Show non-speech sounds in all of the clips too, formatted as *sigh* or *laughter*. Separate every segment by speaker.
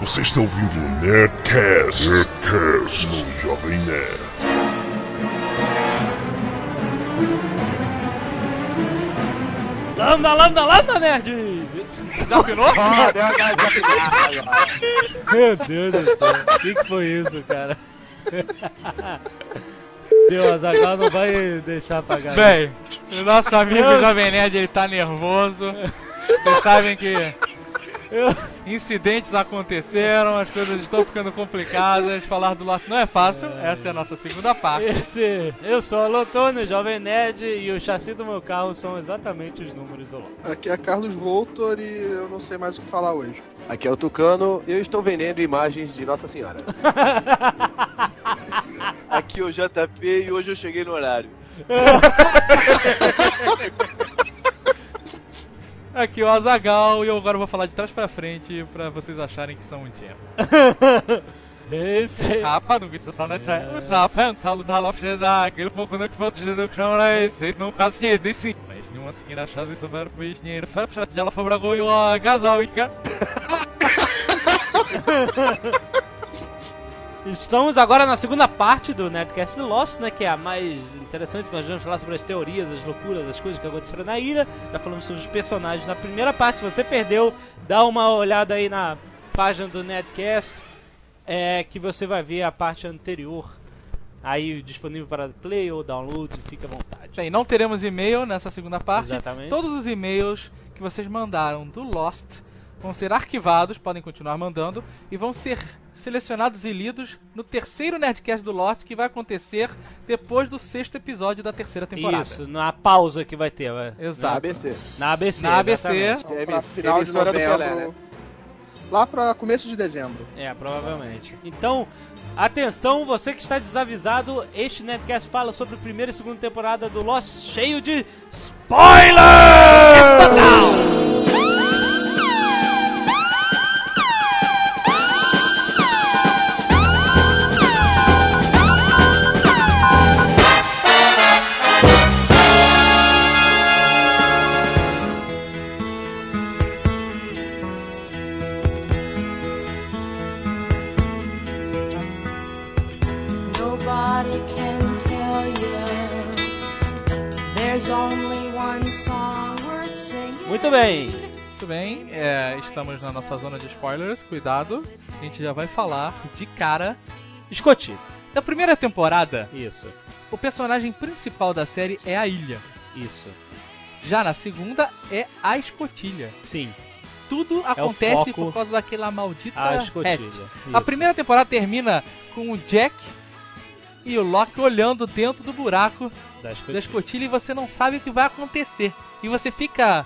Speaker 1: Você está ouvindo o Nerdcast, Nerdcast no Jovem Nerd.
Speaker 2: Lambda, lambda, lambda, nerd! Desafinou? Meu Deus do céu, o que, que foi isso, cara? Deus, agora não vai deixar apagar.
Speaker 3: Bem, o nosso amigo
Speaker 2: Meu-
Speaker 3: Jovem Nerd, ele tá nervoso. Vocês sabem que
Speaker 2: Eu-
Speaker 3: incidentes aconteceram, as coisas estão ficando complicadas. Falar do laço não é fácil, essa é a nossa segunda parte.
Speaker 2: Esse, eu sou o Lotônio, Jovem Nerd, e o chassi do meu carro são exatamente os números do LOL.
Speaker 4: Aqui é Carlos Voltor e eu não sei mais o que falar hoje.
Speaker 5: Aqui é o Tucano e eu estou vendendo imagens de Nossa Senhora.
Speaker 6: *laughs* Aqui é o JP e hoje eu cheguei no horário.
Speaker 3: Aqui é o Azagal e eu agora vou falar de trás pra frente pra vocês acharem que são um time.
Speaker 2: Esse é
Speaker 3: Rapa, não isso só nessa. O Rapa é um salo da Lofreda, aquele pouco no que falta de chão era esse, não passa ele desse. Mas nenhuma seguida chave sobre o engenheiro, foi pra ela foi pra Goiô, casal e cara.
Speaker 2: Estamos agora na segunda parte do Nerdcast Lost, né? Que é a mais interessante. Nós vamos falar sobre as teorias, as loucuras, as coisas que aconteceram na ilha. Já falamos sobre os personagens na primeira parte. Se você perdeu, dá uma olhada aí na página do Nerdcast, é, que você vai ver a parte anterior aí disponível para play ou download. Fica à vontade.
Speaker 3: Bem, não teremos e-mail nessa segunda parte.
Speaker 2: Exatamente.
Speaker 3: Todos os e-mails que vocês mandaram do Lost vão ser arquivados, podem continuar mandando, e vão ser selecionados e lidos no terceiro Nerdcast do Lost, que vai acontecer depois do sexto episódio da terceira temporada.
Speaker 2: Isso, na pausa que vai ter, vai.
Speaker 3: Exato.
Speaker 5: ABC.
Speaker 2: Na ABC.
Speaker 3: Na ABC,
Speaker 2: exatamente.
Speaker 4: Então,
Speaker 5: É,
Speaker 4: pra
Speaker 5: emis-
Speaker 4: final de
Speaker 5: emissora do
Speaker 4: novembro.
Speaker 5: Pelé, né?
Speaker 4: Lá pra começo de dezembro.
Speaker 2: É, provavelmente. Então, atenção, você que está desavisado, este Nerdcast fala sobre a primeira e segunda temporada do Lost cheio de spoilers!
Speaker 7: Nobody can tell you. There's only one song worth singing.
Speaker 2: Muito bem.
Speaker 3: Muito bem, é, estamos na nossa zona de spoilers, cuidado. A gente já vai falar de cara
Speaker 2: Escute.
Speaker 3: da primeira temporada.
Speaker 2: Isso,
Speaker 3: O personagem principal da série é a Ilha.
Speaker 2: isso.
Speaker 3: Já na segunda é a escotilha.
Speaker 2: Sim,
Speaker 3: tudo acontece
Speaker 2: É foco
Speaker 3: por causa daquela maldita
Speaker 2: Ah, é. a
Speaker 3: hat.
Speaker 2: escotilha.
Speaker 3: A
Speaker 2: Isso.
Speaker 3: primeira temporada termina com o Jack e o Loki olhando dentro do buraco
Speaker 2: da escotilha.
Speaker 3: da escotilha e você não sabe o que vai acontecer. E você fica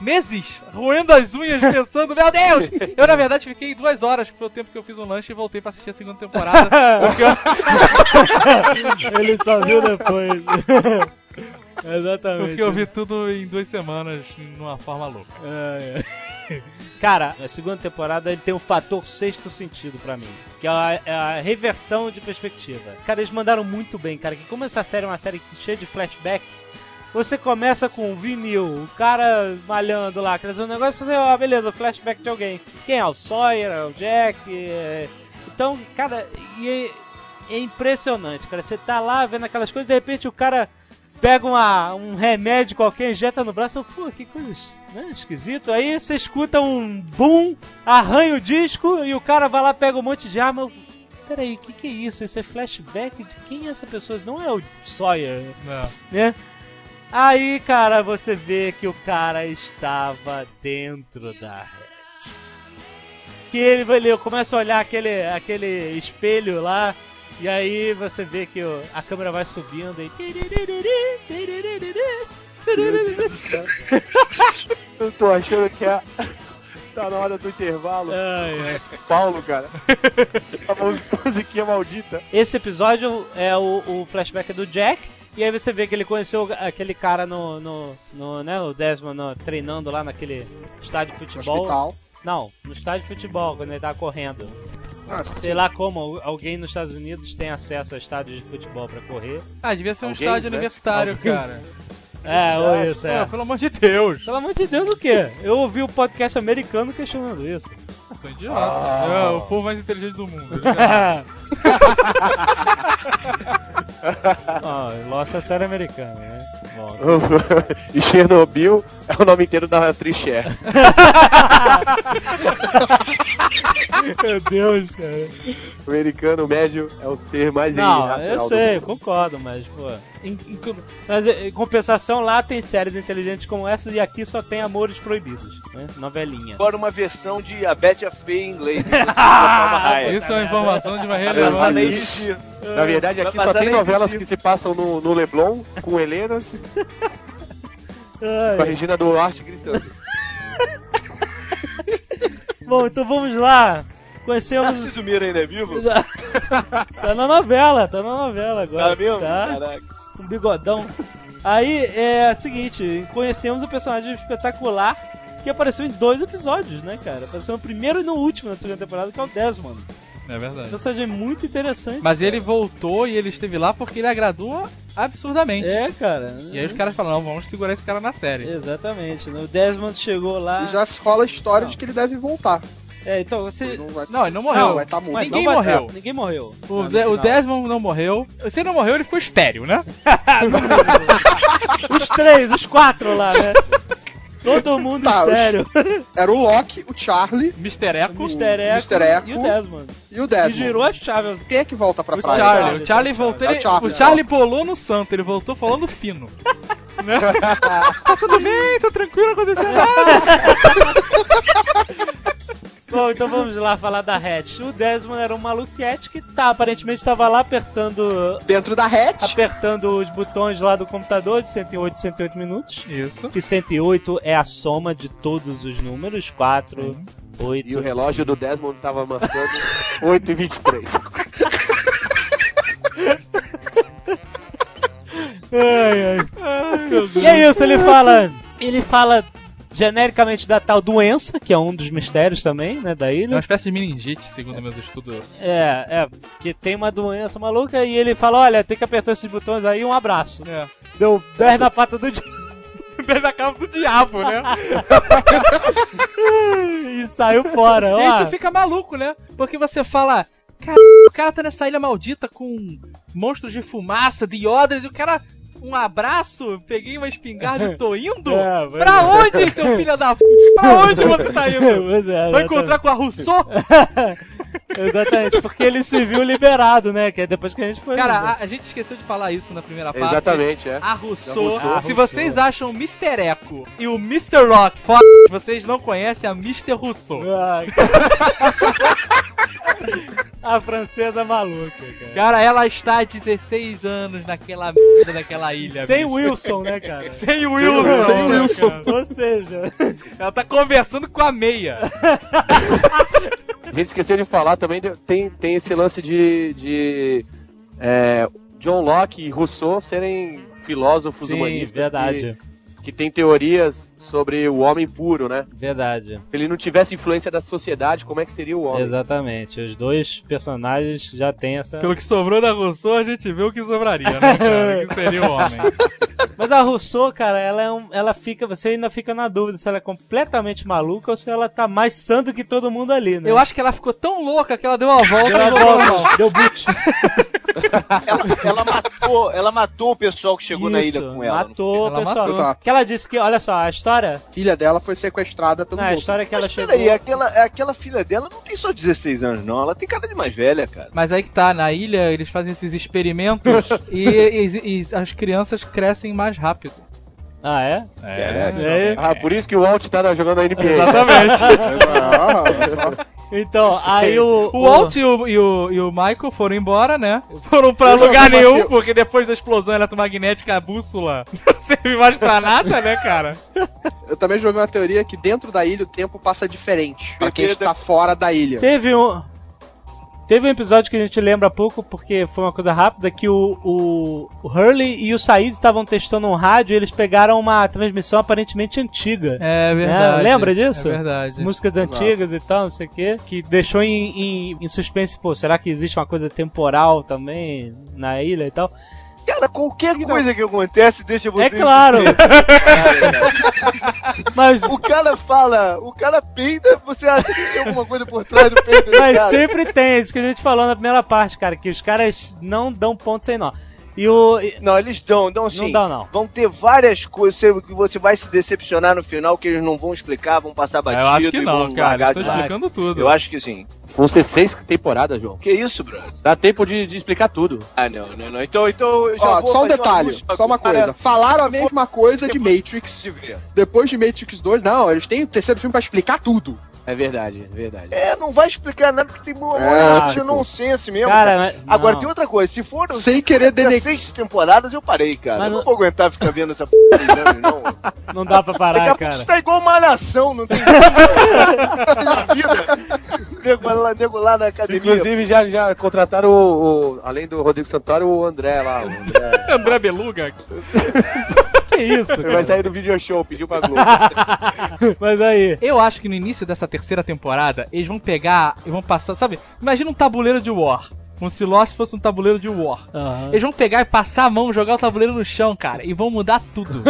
Speaker 3: meses roendo
Speaker 2: *laughs*
Speaker 3: as unhas pensando, meu Deus! Eu na verdade fiquei duas horas, que foi o tempo que eu fiz um lanche e voltei pra assistir a segunda temporada.
Speaker 2: *laughs* Ele só viu depois. *laughs* Exatamente.
Speaker 3: porque eu vi tudo em duas semanas, de uma forma louca.
Speaker 2: Ai, ai. *laughs* Cara, a segunda temporada ele tem um fator sexto sentido pra mim, que é a, é a reversão de perspectiva. Cara, eles mandaram muito bem, cara. Que como essa série é uma série que cheia de flashbacks, você começa com o vinil, o cara malhando lá, aqueles um negócio, você, ah, beleza, flashback de alguém. Quem é? O Sawyer, é o Jack. é- Então, cara, e é, é impressionante, cara. Você tá lá vendo aquelas coisas, de repente o cara pega uma, um remédio qualquer, injeta no braço, pô, que coisa es- né, esquisito. Aí você escuta um boom, arranha o disco e o cara vai lá, pega um monte de arma. Peraí, o que, que é isso? Isso é flashback de quem é essa pessoa? Não é o Sawyer, né? Aí, cara, você vê que o cara estava dentro da Red. Que ele, ele começa a olhar aquele, aquele espelho lá, e aí você vê que o- a câmera vai subindo e.
Speaker 5: né? *laughs* Eu tô achando que é. *laughs* Tá na hora do intervalo.
Speaker 2: Ai, ai.
Speaker 5: Paulo, *laughs* cara. A musiquinha maldita.
Speaker 2: Esse episódio é o, o flashback do Jack. E aí você vê que ele conheceu aquele cara no. no, no né, o Desmond no- treinando lá naquele estádio de
Speaker 4: No
Speaker 2: futebol.
Speaker 4: hospital.
Speaker 2: Não, no estádio de futebol, quando ele tava correndo.
Speaker 4: Ah,
Speaker 2: Sei lá como al- alguém nos Estados Unidos tem acesso a estádios de futebol pra correr.
Speaker 3: Ah, devia ser um
Speaker 6: Alguém,
Speaker 3: estádio
Speaker 6: né?
Speaker 3: universitário,
Speaker 2: Alguém.
Speaker 3: cara.
Speaker 2: É, ou isso,
Speaker 3: Ah,
Speaker 2: é.
Speaker 3: pelo amor de Deus.
Speaker 2: Pelo amor de Deus, o quê? Eu ouvi o podcast americano questionando *laughs* isso.
Speaker 3: Eu Sou idiota.
Speaker 6: Ah.
Speaker 3: É o povo mais inteligente do mundo.
Speaker 2: Ah, Lost é série americana, né? Bom,
Speaker 5: *laughs* e Chernobyl é o nome inteiro da atriz Cher.
Speaker 2: meu Deus, cara.
Speaker 5: O americano médio é o ser mais
Speaker 2: Não, eu
Speaker 5: irracional do
Speaker 2: sei,
Speaker 5: mundo.
Speaker 2: concordo, mas, pô. em- em co- mas em compensação, lá tem séries inteligentes como essa e aqui só tem Amores Proibidos, né? Novelinha.
Speaker 6: Agora uma versão de A Betty a Feia em inglês. né? Com Salma Hayek.
Speaker 3: Isso é uma informação de *laughs* uma
Speaker 6: Vai passar na
Speaker 3: relevância.
Speaker 6: ABC.
Speaker 5: Na verdade,
Speaker 6: Vai
Speaker 5: aqui só
Speaker 6: passar
Speaker 5: tem
Speaker 6: na
Speaker 5: novelas
Speaker 6: NBC.
Speaker 5: que se passam no, no Leblon, com Helenas, com a
Speaker 2: Ai,
Speaker 5: Regina Duarte gritando.
Speaker 2: bom, então vamos lá. Conhecemos.
Speaker 6: Narciso Mira ainda é vivo?
Speaker 2: *laughs* tá na novela, tá na novela agora.
Speaker 6: Tá mesmo?
Speaker 2: Tá?
Speaker 6: Caraca.
Speaker 2: um bigodão. Aí é o seguinte, conhecemos um personagem espetacular que apareceu em dois episódios, né, cara? Apareceu no primeiro e no último da segunda temporada, que é o Desmond.
Speaker 3: É
Speaker 2: Um
Speaker 3: verdade.
Speaker 2: personagem muito interessante.
Speaker 3: Mas ele voltou e ele esteve lá porque ele agradou absurdamente.
Speaker 2: É, cara.
Speaker 3: E aí os caras falaram, não, vamos segurar esse cara na série.
Speaker 2: Exatamente. né? O Desmond chegou lá.
Speaker 4: E já se rola a história de que ele deve voltar.
Speaker 2: É, então você.
Speaker 4: Ele não vai
Speaker 3: Não, ele não morreu.
Speaker 4: Não, vai estar
Speaker 2: Mas
Speaker 4: morto.
Speaker 3: ninguém
Speaker 2: não vai-
Speaker 3: morreu.
Speaker 2: Ninguém morreu.
Speaker 3: O,
Speaker 2: Ah,
Speaker 3: De-
Speaker 2: no
Speaker 3: o
Speaker 2: final.
Speaker 3: Desmond não morreu. Se ele não morreu, ele ficou estéreo, né?
Speaker 2: *laughs* Os três, os quatro lá, né? Todo mundo
Speaker 4: Tá, os-
Speaker 2: estéreo.
Speaker 4: Era o Loki, o Charlie
Speaker 2: *laughs*
Speaker 3: Mister Echo.
Speaker 2: Mr. Echo
Speaker 4: Mr. Echo
Speaker 2: e o Desmond.
Speaker 4: e o
Speaker 2: E
Speaker 4: Desmond.
Speaker 2: girou as chaves.
Speaker 4: Quem é que volta pra
Speaker 2: O
Speaker 3: O
Speaker 4: praia?
Speaker 3: Charlie. O Charlie
Speaker 2: Charlie,
Speaker 3: voltou.
Speaker 4: Charlie.
Speaker 3: ele-
Speaker 4: É o Charlie.
Speaker 3: o Charlie bolou no santo, ele voltou falando fino. *laughs* Né? tá tudo bem, tá tranquilo, aconteceu nada.
Speaker 2: Bom, então vamos lá falar da Hatch. O Desmond era um maluquete que tá, aparentemente estava lá apertando
Speaker 4: então? Dentro da hatch,
Speaker 2: apertando os botões lá do computador de 108 108 minutos.
Speaker 3: Isso.
Speaker 2: Que 108 é a soma de todos os números, 4,
Speaker 3: Uhum.
Speaker 5: E o
Speaker 2: 8.
Speaker 5: relógio do Desmond tava marcando 8h23.
Speaker 2: Ai, ai. E é isso, ele fala. Ele fala genericamente da tal doença, que é um dos mistérios também, né, da
Speaker 3: É uma
Speaker 2: ilha.
Speaker 3: espécie de meningite, segundo meus estudos.
Speaker 2: É, é, que tem uma doença maluca e ele fala: olha, tem que apertar esses botões aí, um abraço.
Speaker 3: É. *laughs*
Speaker 2: Deu 10 na pata do dia. *laughs*
Speaker 3: Desde a casa do diabo, né?
Speaker 2: e saiu fora.
Speaker 3: E aí
Speaker 2: Ó,
Speaker 3: tu fica maluco, né? Porque você fala, cara, o cara tá nessa ilha maldita com monstros de fumaça, diodres, e o cara, um abraço, peguei uma espingarda e tô indo?
Speaker 2: *laughs* É, pois
Speaker 3: pra
Speaker 2: é.
Speaker 3: onde, seu filho da f***? Pra onde você tá indo?
Speaker 2: *laughs* Pois é,
Speaker 3: Vai
Speaker 2: exatamente.
Speaker 3: encontrar com a Rousseau?
Speaker 2: Exatamente, porque ele se viu liberado, né? Que é depois que a gente foi.
Speaker 3: Cara,
Speaker 2: né?
Speaker 3: a, a gente esqueceu de falar isso na primeira parte.
Speaker 5: Exatamente, é.
Speaker 3: A Rousseau. ah,
Speaker 2: A Rousseau.
Speaker 3: Se vocês acham o Mr. Echo e o Mr. Rock foda, vocês não conhecem a Mr. Rousseau.
Speaker 2: Ah, cara. *laughs* a francesa maluca, cara.
Speaker 3: Cara, ela está há 16 anos naquela merda daquela ilha.
Speaker 2: Sem
Speaker 3: bicho.
Speaker 2: Wilson, né, cara?
Speaker 3: Sem Wilson.
Speaker 4: Sem
Speaker 3: né,
Speaker 4: Wilson.
Speaker 3: cara?
Speaker 2: *laughs* Ou seja,
Speaker 3: Ela tá conversando com a meia.
Speaker 5: A gente esqueceu de falar também, de- tem, tem esse lance de, de é, John Locke e Rousseau serem filósofos
Speaker 2: sim,
Speaker 5: humanistas
Speaker 2: verdade,
Speaker 5: Que, que tem teorias sobre o homem puro, né?
Speaker 2: verdade,
Speaker 5: Se ele não tivesse influência da sociedade, como é que seria o homem?
Speaker 2: exatamente. Os dois personagens já têm essa.
Speaker 3: Pelo que sobrou da Rousseau, a gente vê o que sobraria, né, cara? Que seria o homem.
Speaker 2: Mas a Rousseau, cara, ela é um, ela fica, você ainda fica na dúvida se ela é completamente maluca ou se ela tá mais sã do que todo mundo ali, né?
Speaker 3: *laughs* Eu acho que ela ficou tão louca que ela deu uma volta
Speaker 2: Deu
Speaker 3: e
Speaker 2: a
Speaker 3: voltou
Speaker 2: volta,
Speaker 3: na mão.
Speaker 2: deu boot.
Speaker 6: Ela, ela matou, ela matou o pessoal que chegou na
Speaker 2: Isso,
Speaker 6: ilha com ela.
Speaker 2: Matou,
Speaker 3: Ela
Speaker 2: pessoal.
Speaker 3: matou.
Speaker 4: Exato.
Speaker 2: Que ela disse que, olha só, a história.
Speaker 4: filha dela foi sequestrada pelo
Speaker 2: não, a
Speaker 4: Vulcan.
Speaker 2: história é que ela
Speaker 6: Mas
Speaker 2: chegou.
Speaker 6: peraí, é- aquela, aquela filha dela não tem só 16 anos, não. Ela tem cara de mais velha, cara.
Speaker 3: Mas aí que tá, na ilha eles fazem esses experimentos *laughs* e, e- e as crianças crescem mais rápido.
Speaker 2: Ah, é?
Speaker 6: É,
Speaker 2: É.
Speaker 5: Ah, por isso que o Walt tá na- jogando a NBA.
Speaker 3: Exatamente.
Speaker 4: Ah,
Speaker 3: *laughs*
Speaker 4: só-
Speaker 2: Então, aí o.
Speaker 3: O Walt e o, e, o, e o Michael foram embora, né? Foram pra lugar
Speaker 4: Bateu.
Speaker 3: nenhum, porque depois da explosão eletromagnética, a bússola *laughs* não serve mais pra nada, né, cara?
Speaker 4: Eu também joguei uma teoria que dentro da ilha o tempo passa diferente pra quem
Speaker 6: Porque
Speaker 4: está fora da ilha.
Speaker 2: Teve um. Teve um episódio que a gente lembra pouco, porque foi uma coisa rápida, que o, o, o Hurley e o Said estavam testando um rádio e eles pegaram uma transmissão aparentemente antiga.
Speaker 3: É
Speaker 2: verdade. lembra disso?
Speaker 3: É verdade.
Speaker 2: Músicas antigas e tal, não sei o quê. Que deixou em, em, em suspense, pô, será que existe uma coisa temporal também na ilha e tal?
Speaker 6: Cara, qualquer coisa que acontece deixa você. *laughs*
Speaker 2: É claro! *laughs* Mas
Speaker 6: O cara fala, o cara peida, você acha que tem alguma coisa por trás
Speaker 2: *laughs*
Speaker 6: do peido do
Speaker 2: Mas
Speaker 6: cara.
Speaker 2: sempre tem, é isso que a gente falou na primeira parte, cara, que os caras não dão ponto sem nó. E o. e-
Speaker 6: Não, eles dão, dão sim.
Speaker 2: dão, não.
Speaker 6: Vão ter várias coisas que você vai se decepcionar no final, que eles não vão explicar, vão passar
Speaker 3: Eu
Speaker 6: batido
Speaker 3: acho que
Speaker 6: e
Speaker 3: não,
Speaker 6: vão
Speaker 3: cara.
Speaker 6: largar
Speaker 3: Estou
Speaker 6: de lado.
Speaker 3: explicando tudo.
Speaker 6: Eu acho que sim.
Speaker 5: *laughs* Vão ser seis temporadas, João.
Speaker 6: Que isso, brother?
Speaker 5: Dá tempo de, de explicar tudo.
Speaker 6: Ah, não, não, não. Então, então eu já
Speaker 4: Ó,
Speaker 6: vou
Speaker 4: só um
Speaker 6: fazer
Speaker 4: detalhe,
Speaker 6: anúncio
Speaker 4: só uma
Speaker 6: agora
Speaker 4: coisa. Falaram a mesma coisa de
Speaker 6: pra
Speaker 4: Matrix.
Speaker 6: se ver.
Speaker 4: Depois de Matrix 2, não, eles têm o terceiro filme pra explicar tudo.
Speaker 5: É verdade, é verdade.
Speaker 6: É, não vai explicar nada porque tem uma
Speaker 4: É,
Speaker 6: é,
Speaker 4: tipo-
Speaker 6: nonsense mesmo.
Speaker 2: Cara,
Speaker 6: cara.
Speaker 2: mas-
Speaker 6: agora
Speaker 2: não.
Speaker 6: tem outra coisa, se for
Speaker 8: Então,
Speaker 4: Sem
Speaker 8: é
Speaker 4: querer
Speaker 6: se-
Speaker 4: denegrir.
Speaker 6: seis temporadas, eu parei, cara.
Speaker 2: Mas
Speaker 6: Eu não
Speaker 2: não-
Speaker 6: vou aguentar ficar vendo essa p de anos, não.
Speaker 2: Não dá pra
Speaker 6: um *laughs* Daqui a
Speaker 2: parar,
Speaker 6: pouco isso
Speaker 2: cara.
Speaker 6: tá igual malhação, não tem *laughs* na vida. Nego lá, nego lá na academia.
Speaker 5: Inclusive, já, já contrataram o, o- Além do Rodrigo Santoro, o André lá. O André.
Speaker 6: *laughs*
Speaker 3: André *laughs* Beluga?
Speaker 2: Que isso,
Speaker 5: *laughs* Ele vai
Speaker 2: cara.
Speaker 5: sair do video show, pediu pra Globo.
Speaker 6: *laughs*
Speaker 2: Mas aí.
Speaker 3: Eu acho que no início dessa terceira temporada, eles vão pegar e vão passar, sabe? Imagina um tabuleiro de War. Como se Lost fosse um tabuleiro de War.
Speaker 2: Aham.
Speaker 3: Eles vão pegar e passar a mão, jogar o tabuleiro no chão, cara, e vão mudar
Speaker 6: *laughs*
Speaker 3: tudo.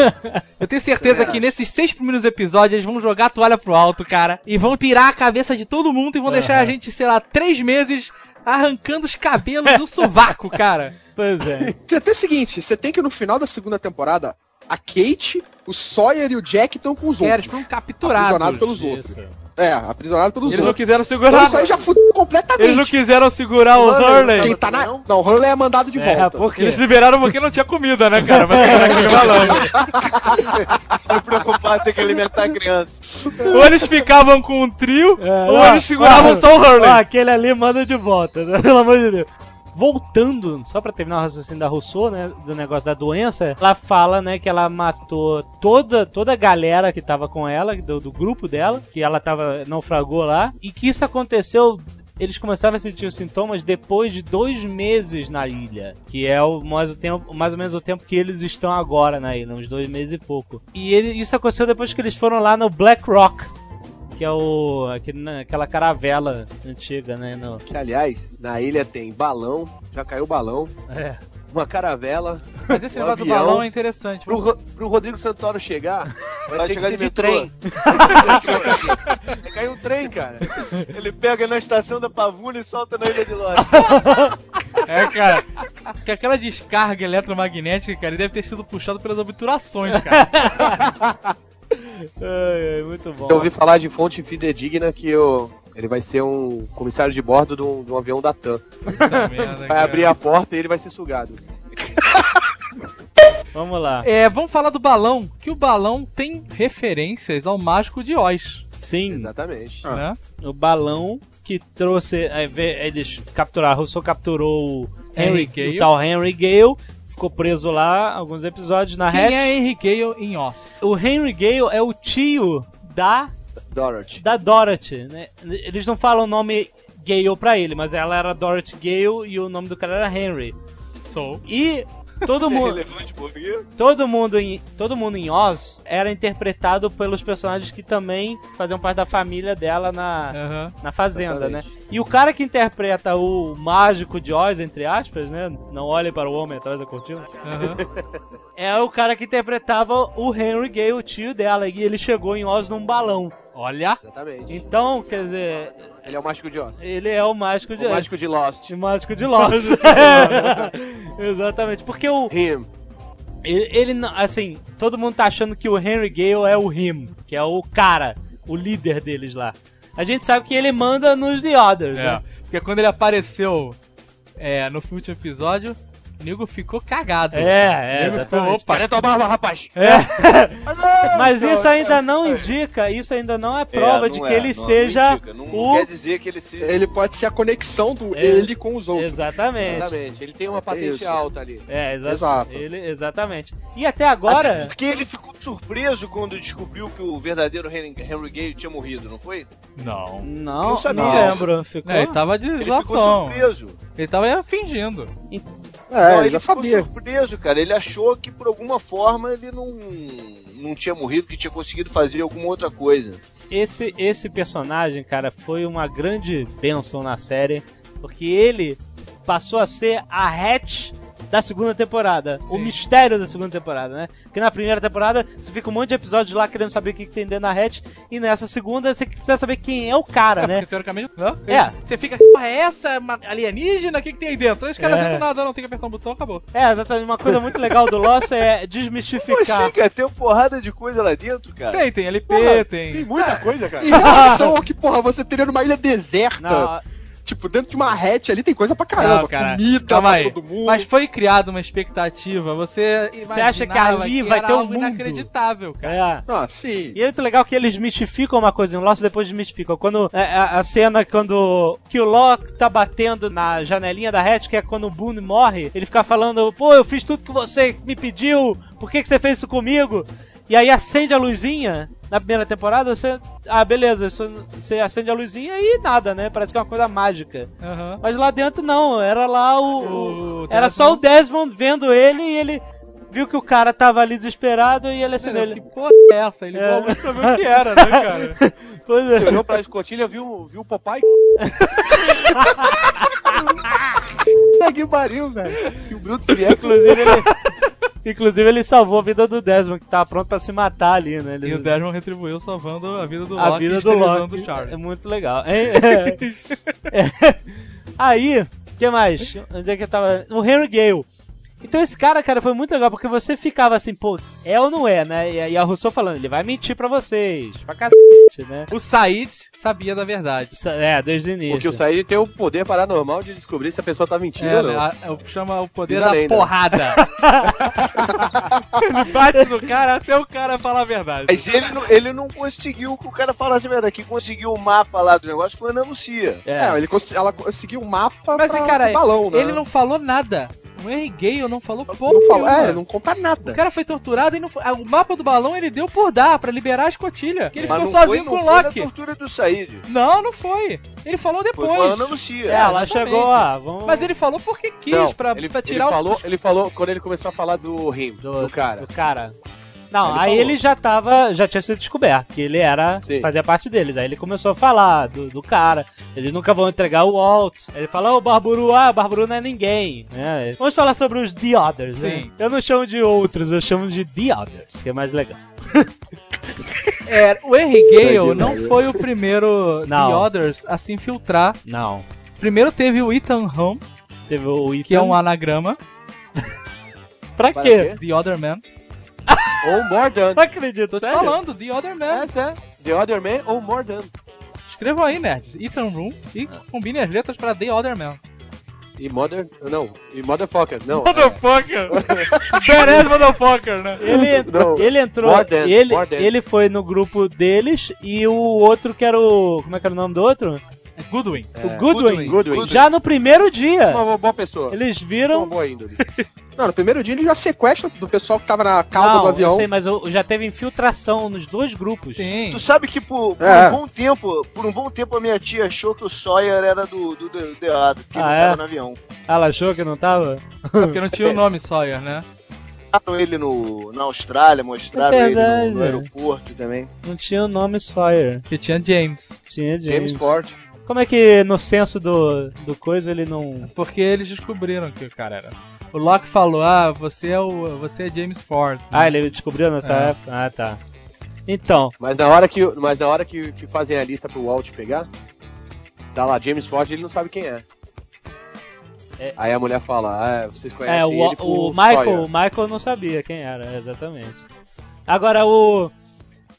Speaker 3: Eu tenho certeza que nesses seis primeiros episódios eles vão jogar a toalha pro alto, cara, e vão pirar a cabeça de todo mundo e vão deixar a gente, sei lá, três meses arrancando os cabelos do sovaco,
Speaker 6: *laughs*
Speaker 3: cara.
Speaker 2: Pois é.
Speaker 4: Você tem o seguinte, você tem que no final da segunda temporada, a Kate, o Sawyer e o Jack estão com os
Speaker 3: Era, eles
Speaker 4: outros.
Speaker 3: foram
Speaker 4: Aprisionado
Speaker 3: capturados.
Speaker 6: um
Speaker 4: pelos outros.
Speaker 2: Isso.
Speaker 4: É, aprisionado pelos
Speaker 3: Eles não
Speaker 4: outros.
Speaker 3: quiseram
Speaker 4: Então
Speaker 3: segurar.
Speaker 4: isso aí já fudeu completamente.
Speaker 3: Eles não quiseram segurar o
Speaker 6: Mano,
Speaker 3: Hurley.
Speaker 4: Quem tá na... Não, o Hurley é mandado de
Speaker 2: É,
Speaker 4: volta.
Speaker 2: por quê?
Speaker 3: Eles liberaram porque não tinha comida, né, cara?
Speaker 4: *laughs*
Speaker 3: Mas era aquilo que eu falava.
Speaker 6: Tá preocupado, tem que alimentar a criança.
Speaker 3: ou eles ficavam com um trio,
Speaker 2: É,
Speaker 3: ou
Speaker 2: ó,
Speaker 3: eles seguravam
Speaker 2: ó,
Speaker 3: só o Hurley.
Speaker 2: ó, aquele ali manda de volta, né? *laughs* pelo amor de Deus. Voltando, só pra terminar o raciocínio da Rousseau, né, do negócio da doença, ela fala, né, que ela matou toda toda a galera que tava com ela, do, do grupo dela, que ela tava naufragou lá, e que isso aconteceu eles começaram a sentir os sintomas depois de dois meses na ilha, que é o mais, o tempo, mais ou menos o tempo que eles estão agora na ilha, uns dois meses e pouco. E ele- isso aconteceu depois que eles foram lá no Black Rock, que é o aquele, né, aquela caravela antiga, né? No,
Speaker 5: Que, aliás, na ilha tem balão, já caiu balão,
Speaker 2: é.
Speaker 5: uma caravela.
Speaker 3: Mas esse
Speaker 5: O
Speaker 3: negócio do
Speaker 5: avião-
Speaker 3: balão é interessante.
Speaker 5: Pro, Ro- pro Rodrigo Santoro chegar, vai, ter
Speaker 6: chegar de
Speaker 5: que ser de
Speaker 6: metrô.
Speaker 5: trem. *laughs* Vai ter que ser de trem. Vai cair um trem, cara.
Speaker 6: Ele pega na estação da Pavuna e solta na Ilha de
Speaker 2: *laughs*
Speaker 6: Lodge.
Speaker 3: É, cara. Que aquela descarga eletromagnética, cara, ele deve ter sido puxado pelas *laughs* obturações, cara.
Speaker 2: Ai, ai, muito bom.
Speaker 5: Eu ouvi falar de fonte fidedigna que o- ele vai ser um comissário de bordo de um, de um avião da TAM.
Speaker 3: Puta merda,
Speaker 5: Vai
Speaker 3: cara.
Speaker 5: abrir a porta e ele vai ser sugado.
Speaker 2: Vamos lá.
Speaker 3: É, vamos falar do balão, que o balão tem referências ao mágico de Oz,
Speaker 2: Sim,
Speaker 5: Exatamente.
Speaker 4: Ah.
Speaker 3: né?
Speaker 2: o balão que trouxe. é, vê- Eles capturaram, Rousseau capturou o
Speaker 3: Henry
Speaker 2: Henry,
Speaker 3: Gale.
Speaker 2: o tal Henry Gale, ficou preso lá alguns episódios na
Speaker 3: Quem
Speaker 2: rede.
Speaker 3: é Henry Gale em Oz?
Speaker 2: O Henry Gale é o tio da,
Speaker 5: Dorothy.
Speaker 2: da Dorothy, né? Eles não falam o nome Gale pra ele, mas ela era Dorothy Gale e o nome do cara era Henry.
Speaker 3: Sou.
Speaker 2: E *laughs* todo mundo,
Speaker 6: Relevante pro Rio.
Speaker 2: todo mundo em todo mundo em Oz era interpretado pelos personagens que também faziam parte da família dela na
Speaker 3: Aham.
Speaker 2: na fazenda,
Speaker 5: É, Exatamente.
Speaker 2: né? E o cara que interpreta o mágico de Oz, entre aspas, né? Não olhe para o homem atrás da cortina.
Speaker 3: aham.
Speaker 2: É o cara que interpretava o Henry Gale, o tio dela. E ele chegou em Oz num balão.
Speaker 3: Olha.
Speaker 5: Exatamente.
Speaker 2: Então, quer dizer,
Speaker 5: Ele é o mágico de Oz.
Speaker 2: ele é o mágico de *laughs*
Speaker 5: O mágico de Lost.
Speaker 2: de mágico de
Speaker 5: *laughs*
Speaker 2: Lost. *laughs* Exatamente, porque o
Speaker 5: Him.
Speaker 2: ele, ele não- assim, todo mundo tá achando que o Henry Gale é o him, que é o cara, o líder deles lá. A gente sabe que ele manda nos The Others,
Speaker 3: É,
Speaker 2: né?
Speaker 3: porque quando ele apareceu é, no último episódio, O nego ficou cagado.
Speaker 2: É, é,
Speaker 3: Ele ficou,
Speaker 2: exatamente. É.
Speaker 3: opa.
Speaker 6: Cadê tua barba, rapaz?
Speaker 2: Mas isso ainda não indica, isso ainda não é prova de
Speaker 8: não
Speaker 2: que
Speaker 8: é,
Speaker 2: ele
Speaker 8: não- não
Speaker 2: seja
Speaker 8: indica, não, não
Speaker 2: o.
Speaker 8: quer dizer que ele seja.
Speaker 4: Ele pode ser a conexão do
Speaker 2: É.
Speaker 4: ele com os outros.
Speaker 2: Exatamente.
Speaker 5: Exatamente. Ele tem uma patente
Speaker 4: isso.
Speaker 5: alta ali.
Speaker 2: É, exa
Speaker 4: Exato.
Speaker 2: ele- exatamente. E até agora.
Speaker 8: Porque ele ficou surpreso quando descobriu que o verdadeiro Henry, Henry Gay tinha morrido, não foi?
Speaker 3: Não.
Speaker 2: Não,
Speaker 8: Não sabia.
Speaker 2: não lembro. Ficou.
Speaker 3: É, ele tava de
Speaker 8: Ele ficou
Speaker 3: zoação.
Speaker 8: surpreso.
Speaker 3: Ele tava fingindo.
Speaker 4: É,
Speaker 8: Não,
Speaker 4: ele já
Speaker 8: ficou
Speaker 4: sabia.
Speaker 8: surpreso, cara. Ele achou que por alguma forma ele não, não tinha morrido, que tinha conseguido fazer alguma outra coisa.
Speaker 2: Esse, esse personagem, cara, foi uma grande bênção na série, porque ele passou a ser a Hatch da segunda temporada. O
Speaker 3: Sim.
Speaker 2: mistério da segunda temporada, né? Porque na primeira temporada você fica um monte de episódios lá querendo saber o que, que tem dentro da Hatch, e nessa segunda você precisa saber quem é o cara,
Speaker 3: É,
Speaker 2: né?
Speaker 3: *laughs* porque teoricamente. Não?
Speaker 2: É.
Speaker 3: Você fica. "Que Porra, é essa Uma alienígena? O que, que tem aí dentro? Aí Os caras
Speaker 2: É.
Speaker 3: entram nada, não tem que apertar um botão, acabou.
Speaker 2: É, exatamente. Uma coisa muito legal do Lost é desmistificar.
Speaker 8: Poxa, assim, cara, tem uma porrada de coisa lá dentro, cara.
Speaker 3: Tem, tem LP, tem.
Speaker 6: Tem muita coisa, cara.
Speaker 4: Em relação ao que, porra, você teria numa ilha deserta,
Speaker 2: Não,
Speaker 4: tipo, dentro de uma hatch ali tem coisa pra caramba.
Speaker 3: Não, cara.
Speaker 4: Comida
Speaker 3: Calma
Speaker 4: pra
Speaker 3: aí.
Speaker 4: todo mundo.
Speaker 3: Mas foi criada uma expectativa. Você. imaginava
Speaker 2: acha que ali vai
Speaker 3: era
Speaker 2: ter um
Speaker 3: algo
Speaker 2: mundo?
Speaker 3: inacreditável, cara.
Speaker 2: é.
Speaker 4: Ah, sim.
Speaker 2: E é muito legal que eles mistificam uma coisa em Lost e depois desmistificam. Quando é, a, a cena quando que o Locke tá batendo na janelinha da Hatch, que é quando o Boone morre, ele fica falando, pô, eu fiz tudo que você me pediu, por que, que você fez isso comigo? E aí acende a luzinha na primeira temporada, você. Ah, beleza, isso- você acende a luzinha e nada, né? Parece que é uma coisa mágica.
Speaker 3: Aham.
Speaker 2: Mas lá dentro não, era lá o.
Speaker 3: O
Speaker 2: era só o Desmond vendo ele e ele viu que o cara tava ali desesperado e ele acendeu
Speaker 3: Que
Speaker 2: ele.
Speaker 3: porra é essa? Ele ligou
Speaker 2: É.
Speaker 3: a luz pra ver o que era,
Speaker 2: *laughs*
Speaker 3: né, cara?
Speaker 2: Pois é.
Speaker 5: Ele olhou pra escotilha, viu, viu o papai?
Speaker 6: que pariu, velho.
Speaker 5: Se o Brutus vier,
Speaker 2: Inclusive ele, inclusive, ele salvou a vida do Desmond, que tava pronto pra se matar ali, né? Ele-
Speaker 3: E o Desmond retribuiu salvando a vida do
Speaker 2: a
Speaker 3: Loki e
Speaker 2: vida do
Speaker 3: esterilizando
Speaker 2: Loki.
Speaker 3: o Charlie.
Speaker 2: É muito legal. É- é- Aí, o que mais? Onde é que eu tava? O Henry Gale. Então esse cara, cara, foi muito legal, porque você ficava assim, pô, é ou não é, né? E, aí a Rousseau falando, ele vai mentir pra vocês, pra cacete, né?
Speaker 3: O Said sabia da verdade.
Speaker 2: Isso- É, desde o início.
Speaker 5: Porque o Said tem o poder paranormal de descobrir se a pessoa tá mentindo
Speaker 3: É,
Speaker 5: ou não.
Speaker 3: a- é o- chama o poder
Speaker 5: Diz a
Speaker 3: da
Speaker 5: lenda.
Speaker 3: *laughs* porrada. Ele bate no cara até o cara falar a verdade.
Speaker 8: Mas ele não, ele não conseguiu que o cara falasse a verdade. Quem conseguiu o mapa lá do negócio foi a Ana Lucia.
Speaker 2: É.
Speaker 4: É, ele cons- ela conseguiu o mapa
Speaker 3: Mas,
Speaker 4: pra,
Speaker 3: cara,
Speaker 4: pro balão, né?
Speaker 3: Ele não falou nada. O Henry Gale não falou porra.
Speaker 4: não fala,
Speaker 3: nenhuma.
Speaker 4: é, ele não conta nada.
Speaker 3: O cara foi torturado e não foi... ah, O mapa do balão ele deu por dar, pra liberar a escotilha. Porque ele
Speaker 8: Mas
Speaker 3: ficou
Speaker 8: não foi,
Speaker 3: sozinho
Speaker 8: não
Speaker 3: com o
Speaker 8: foi na
Speaker 3: Loki.
Speaker 8: tortura do Said.
Speaker 3: Não, não foi. Ele falou
Speaker 8: Foi com a
Speaker 3: depois.
Speaker 8: Ana Lucia.
Speaker 2: É, ela
Speaker 3: exatamente.
Speaker 2: chegou, ó, vamos...
Speaker 3: Mas ele falou porque quis,
Speaker 5: Não,
Speaker 3: pra,
Speaker 5: ele,
Speaker 3: pra
Speaker 5: ele
Speaker 3: tirar o.
Speaker 5: falou, Ele falou, quando ele começou a falar do rim, do,
Speaker 2: do,
Speaker 5: cara.
Speaker 2: do cara. Não,
Speaker 5: Ele
Speaker 2: aí
Speaker 5: falou.
Speaker 2: ele já tava, já tinha sido descoberto que ele era,
Speaker 5: Sim.
Speaker 2: fazia parte deles. Aí ele começou a falar do, do cara. Eles nunca vão entregar o Walt. Ele fala, ô Barburu, ah, Barburu não é ninguém. né? Vamos falar sobre os The Others, né?
Speaker 3: Sim.
Speaker 2: Eu não chamo de outros, eu chamo de The Others, que é mais legal.
Speaker 3: É, o Henry Gale não foi o primeiro
Speaker 2: *laughs* Não.
Speaker 3: The Others a se infiltrar.
Speaker 2: Não.
Speaker 3: Primeiro teve o Ethan Home,
Speaker 2: Teve o Ethan.
Speaker 3: que é um anagrama.
Speaker 2: Pra
Speaker 5: Para
Speaker 2: quê?
Speaker 5: quê?
Speaker 3: The Other Man.
Speaker 5: Ou more than.
Speaker 2: Não acredito,
Speaker 3: Tô te
Speaker 2: sério?
Speaker 3: falando, The Other Man.
Speaker 5: Essa é. The Other Man ou more than.
Speaker 3: Escrevam aí, nerds. Ethan Room e
Speaker 2: É.
Speaker 3: combine as letras pra The Other Man.
Speaker 5: E Mother. Não. E Motherfucker. Não.
Speaker 3: Motherfucker! Badass motherfucker, né?
Speaker 2: Ele,
Speaker 5: Não.
Speaker 2: ele entrou,
Speaker 5: More than-
Speaker 2: ele,
Speaker 5: more than.
Speaker 2: ele foi no grupo deles e o outro que era o, como é que era o nome do outro?
Speaker 3: Goodwin.
Speaker 2: o Goodwin.
Speaker 5: Goodwin.
Speaker 2: Já no primeiro dia.
Speaker 5: É uma boa pessoa.
Speaker 2: Eles
Speaker 5: Uma
Speaker 2: viram.
Speaker 5: boa
Speaker 3: um
Speaker 5: índole.
Speaker 4: Não, no primeiro dia ele já sequestra do pessoal que tava na cauda
Speaker 2: não,
Speaker 4: do
Speaker 2: Eu
Speaker 4: avião.
Speaker 2: sei, mas eu- já teve infiltração nos dois grupos.
Speaker 3: Sim.
Speaker 8: Tu sabe que por, por
Speaker 4: É.
Speaker 8: um bom tempo, por um bom tempo a minha tia achou que o Sawyer era do do do, do Deado, que
Speaker 2: Ah,
Speaker 8: não
Speaker 2: é?
Speaker 8: tava no avião.
Speaker 2: Ela achou que não tava?
Speaker 3: Porque não tinha o nome Sawyer, né?
Speaker 8: Mostraram ele no, na Austrália, mostraram
Speaker 2: É
Speaker 8: ele
Speaker 2: verdade.
Speaker 8: no, no aeroporto também.
Speaker 2: Não tinha o nome Sawyer.
Speaker 3: Que tinha James.
Speaker 2: Tinha James.
Speaker 5: James Ford.
Speaker 2: Como é que no censo do, do coisa ele não.
Speaker 3: Porque eles descobriram que o cara era. O Locke falou: Ah, você é o. você é James Ford.
Speaker 2: Ah, ele descobriu nessa
Speaker 3: É.
Speaker 2: época? Ah, tá. Então,
Speaker 5: Mas na hora que, mas na hora que, que fazem a lista pro Walt pegar, tá lá James Ford, ele não sabe quem é.
Speaker 2: É.
Speaker 5: Aí a mulher fala, ah, vocês
Speaker 2: é,
Speaker 5: conhecem
Speaker 2: o,
Speaker 5: ele
Speaker 2: o
Speaker 5: por
Speaker 2: Michael, o
Speaker 5: Sawyer.
Speaker 2: Michael não sabia quem era, exatamente. Agora o.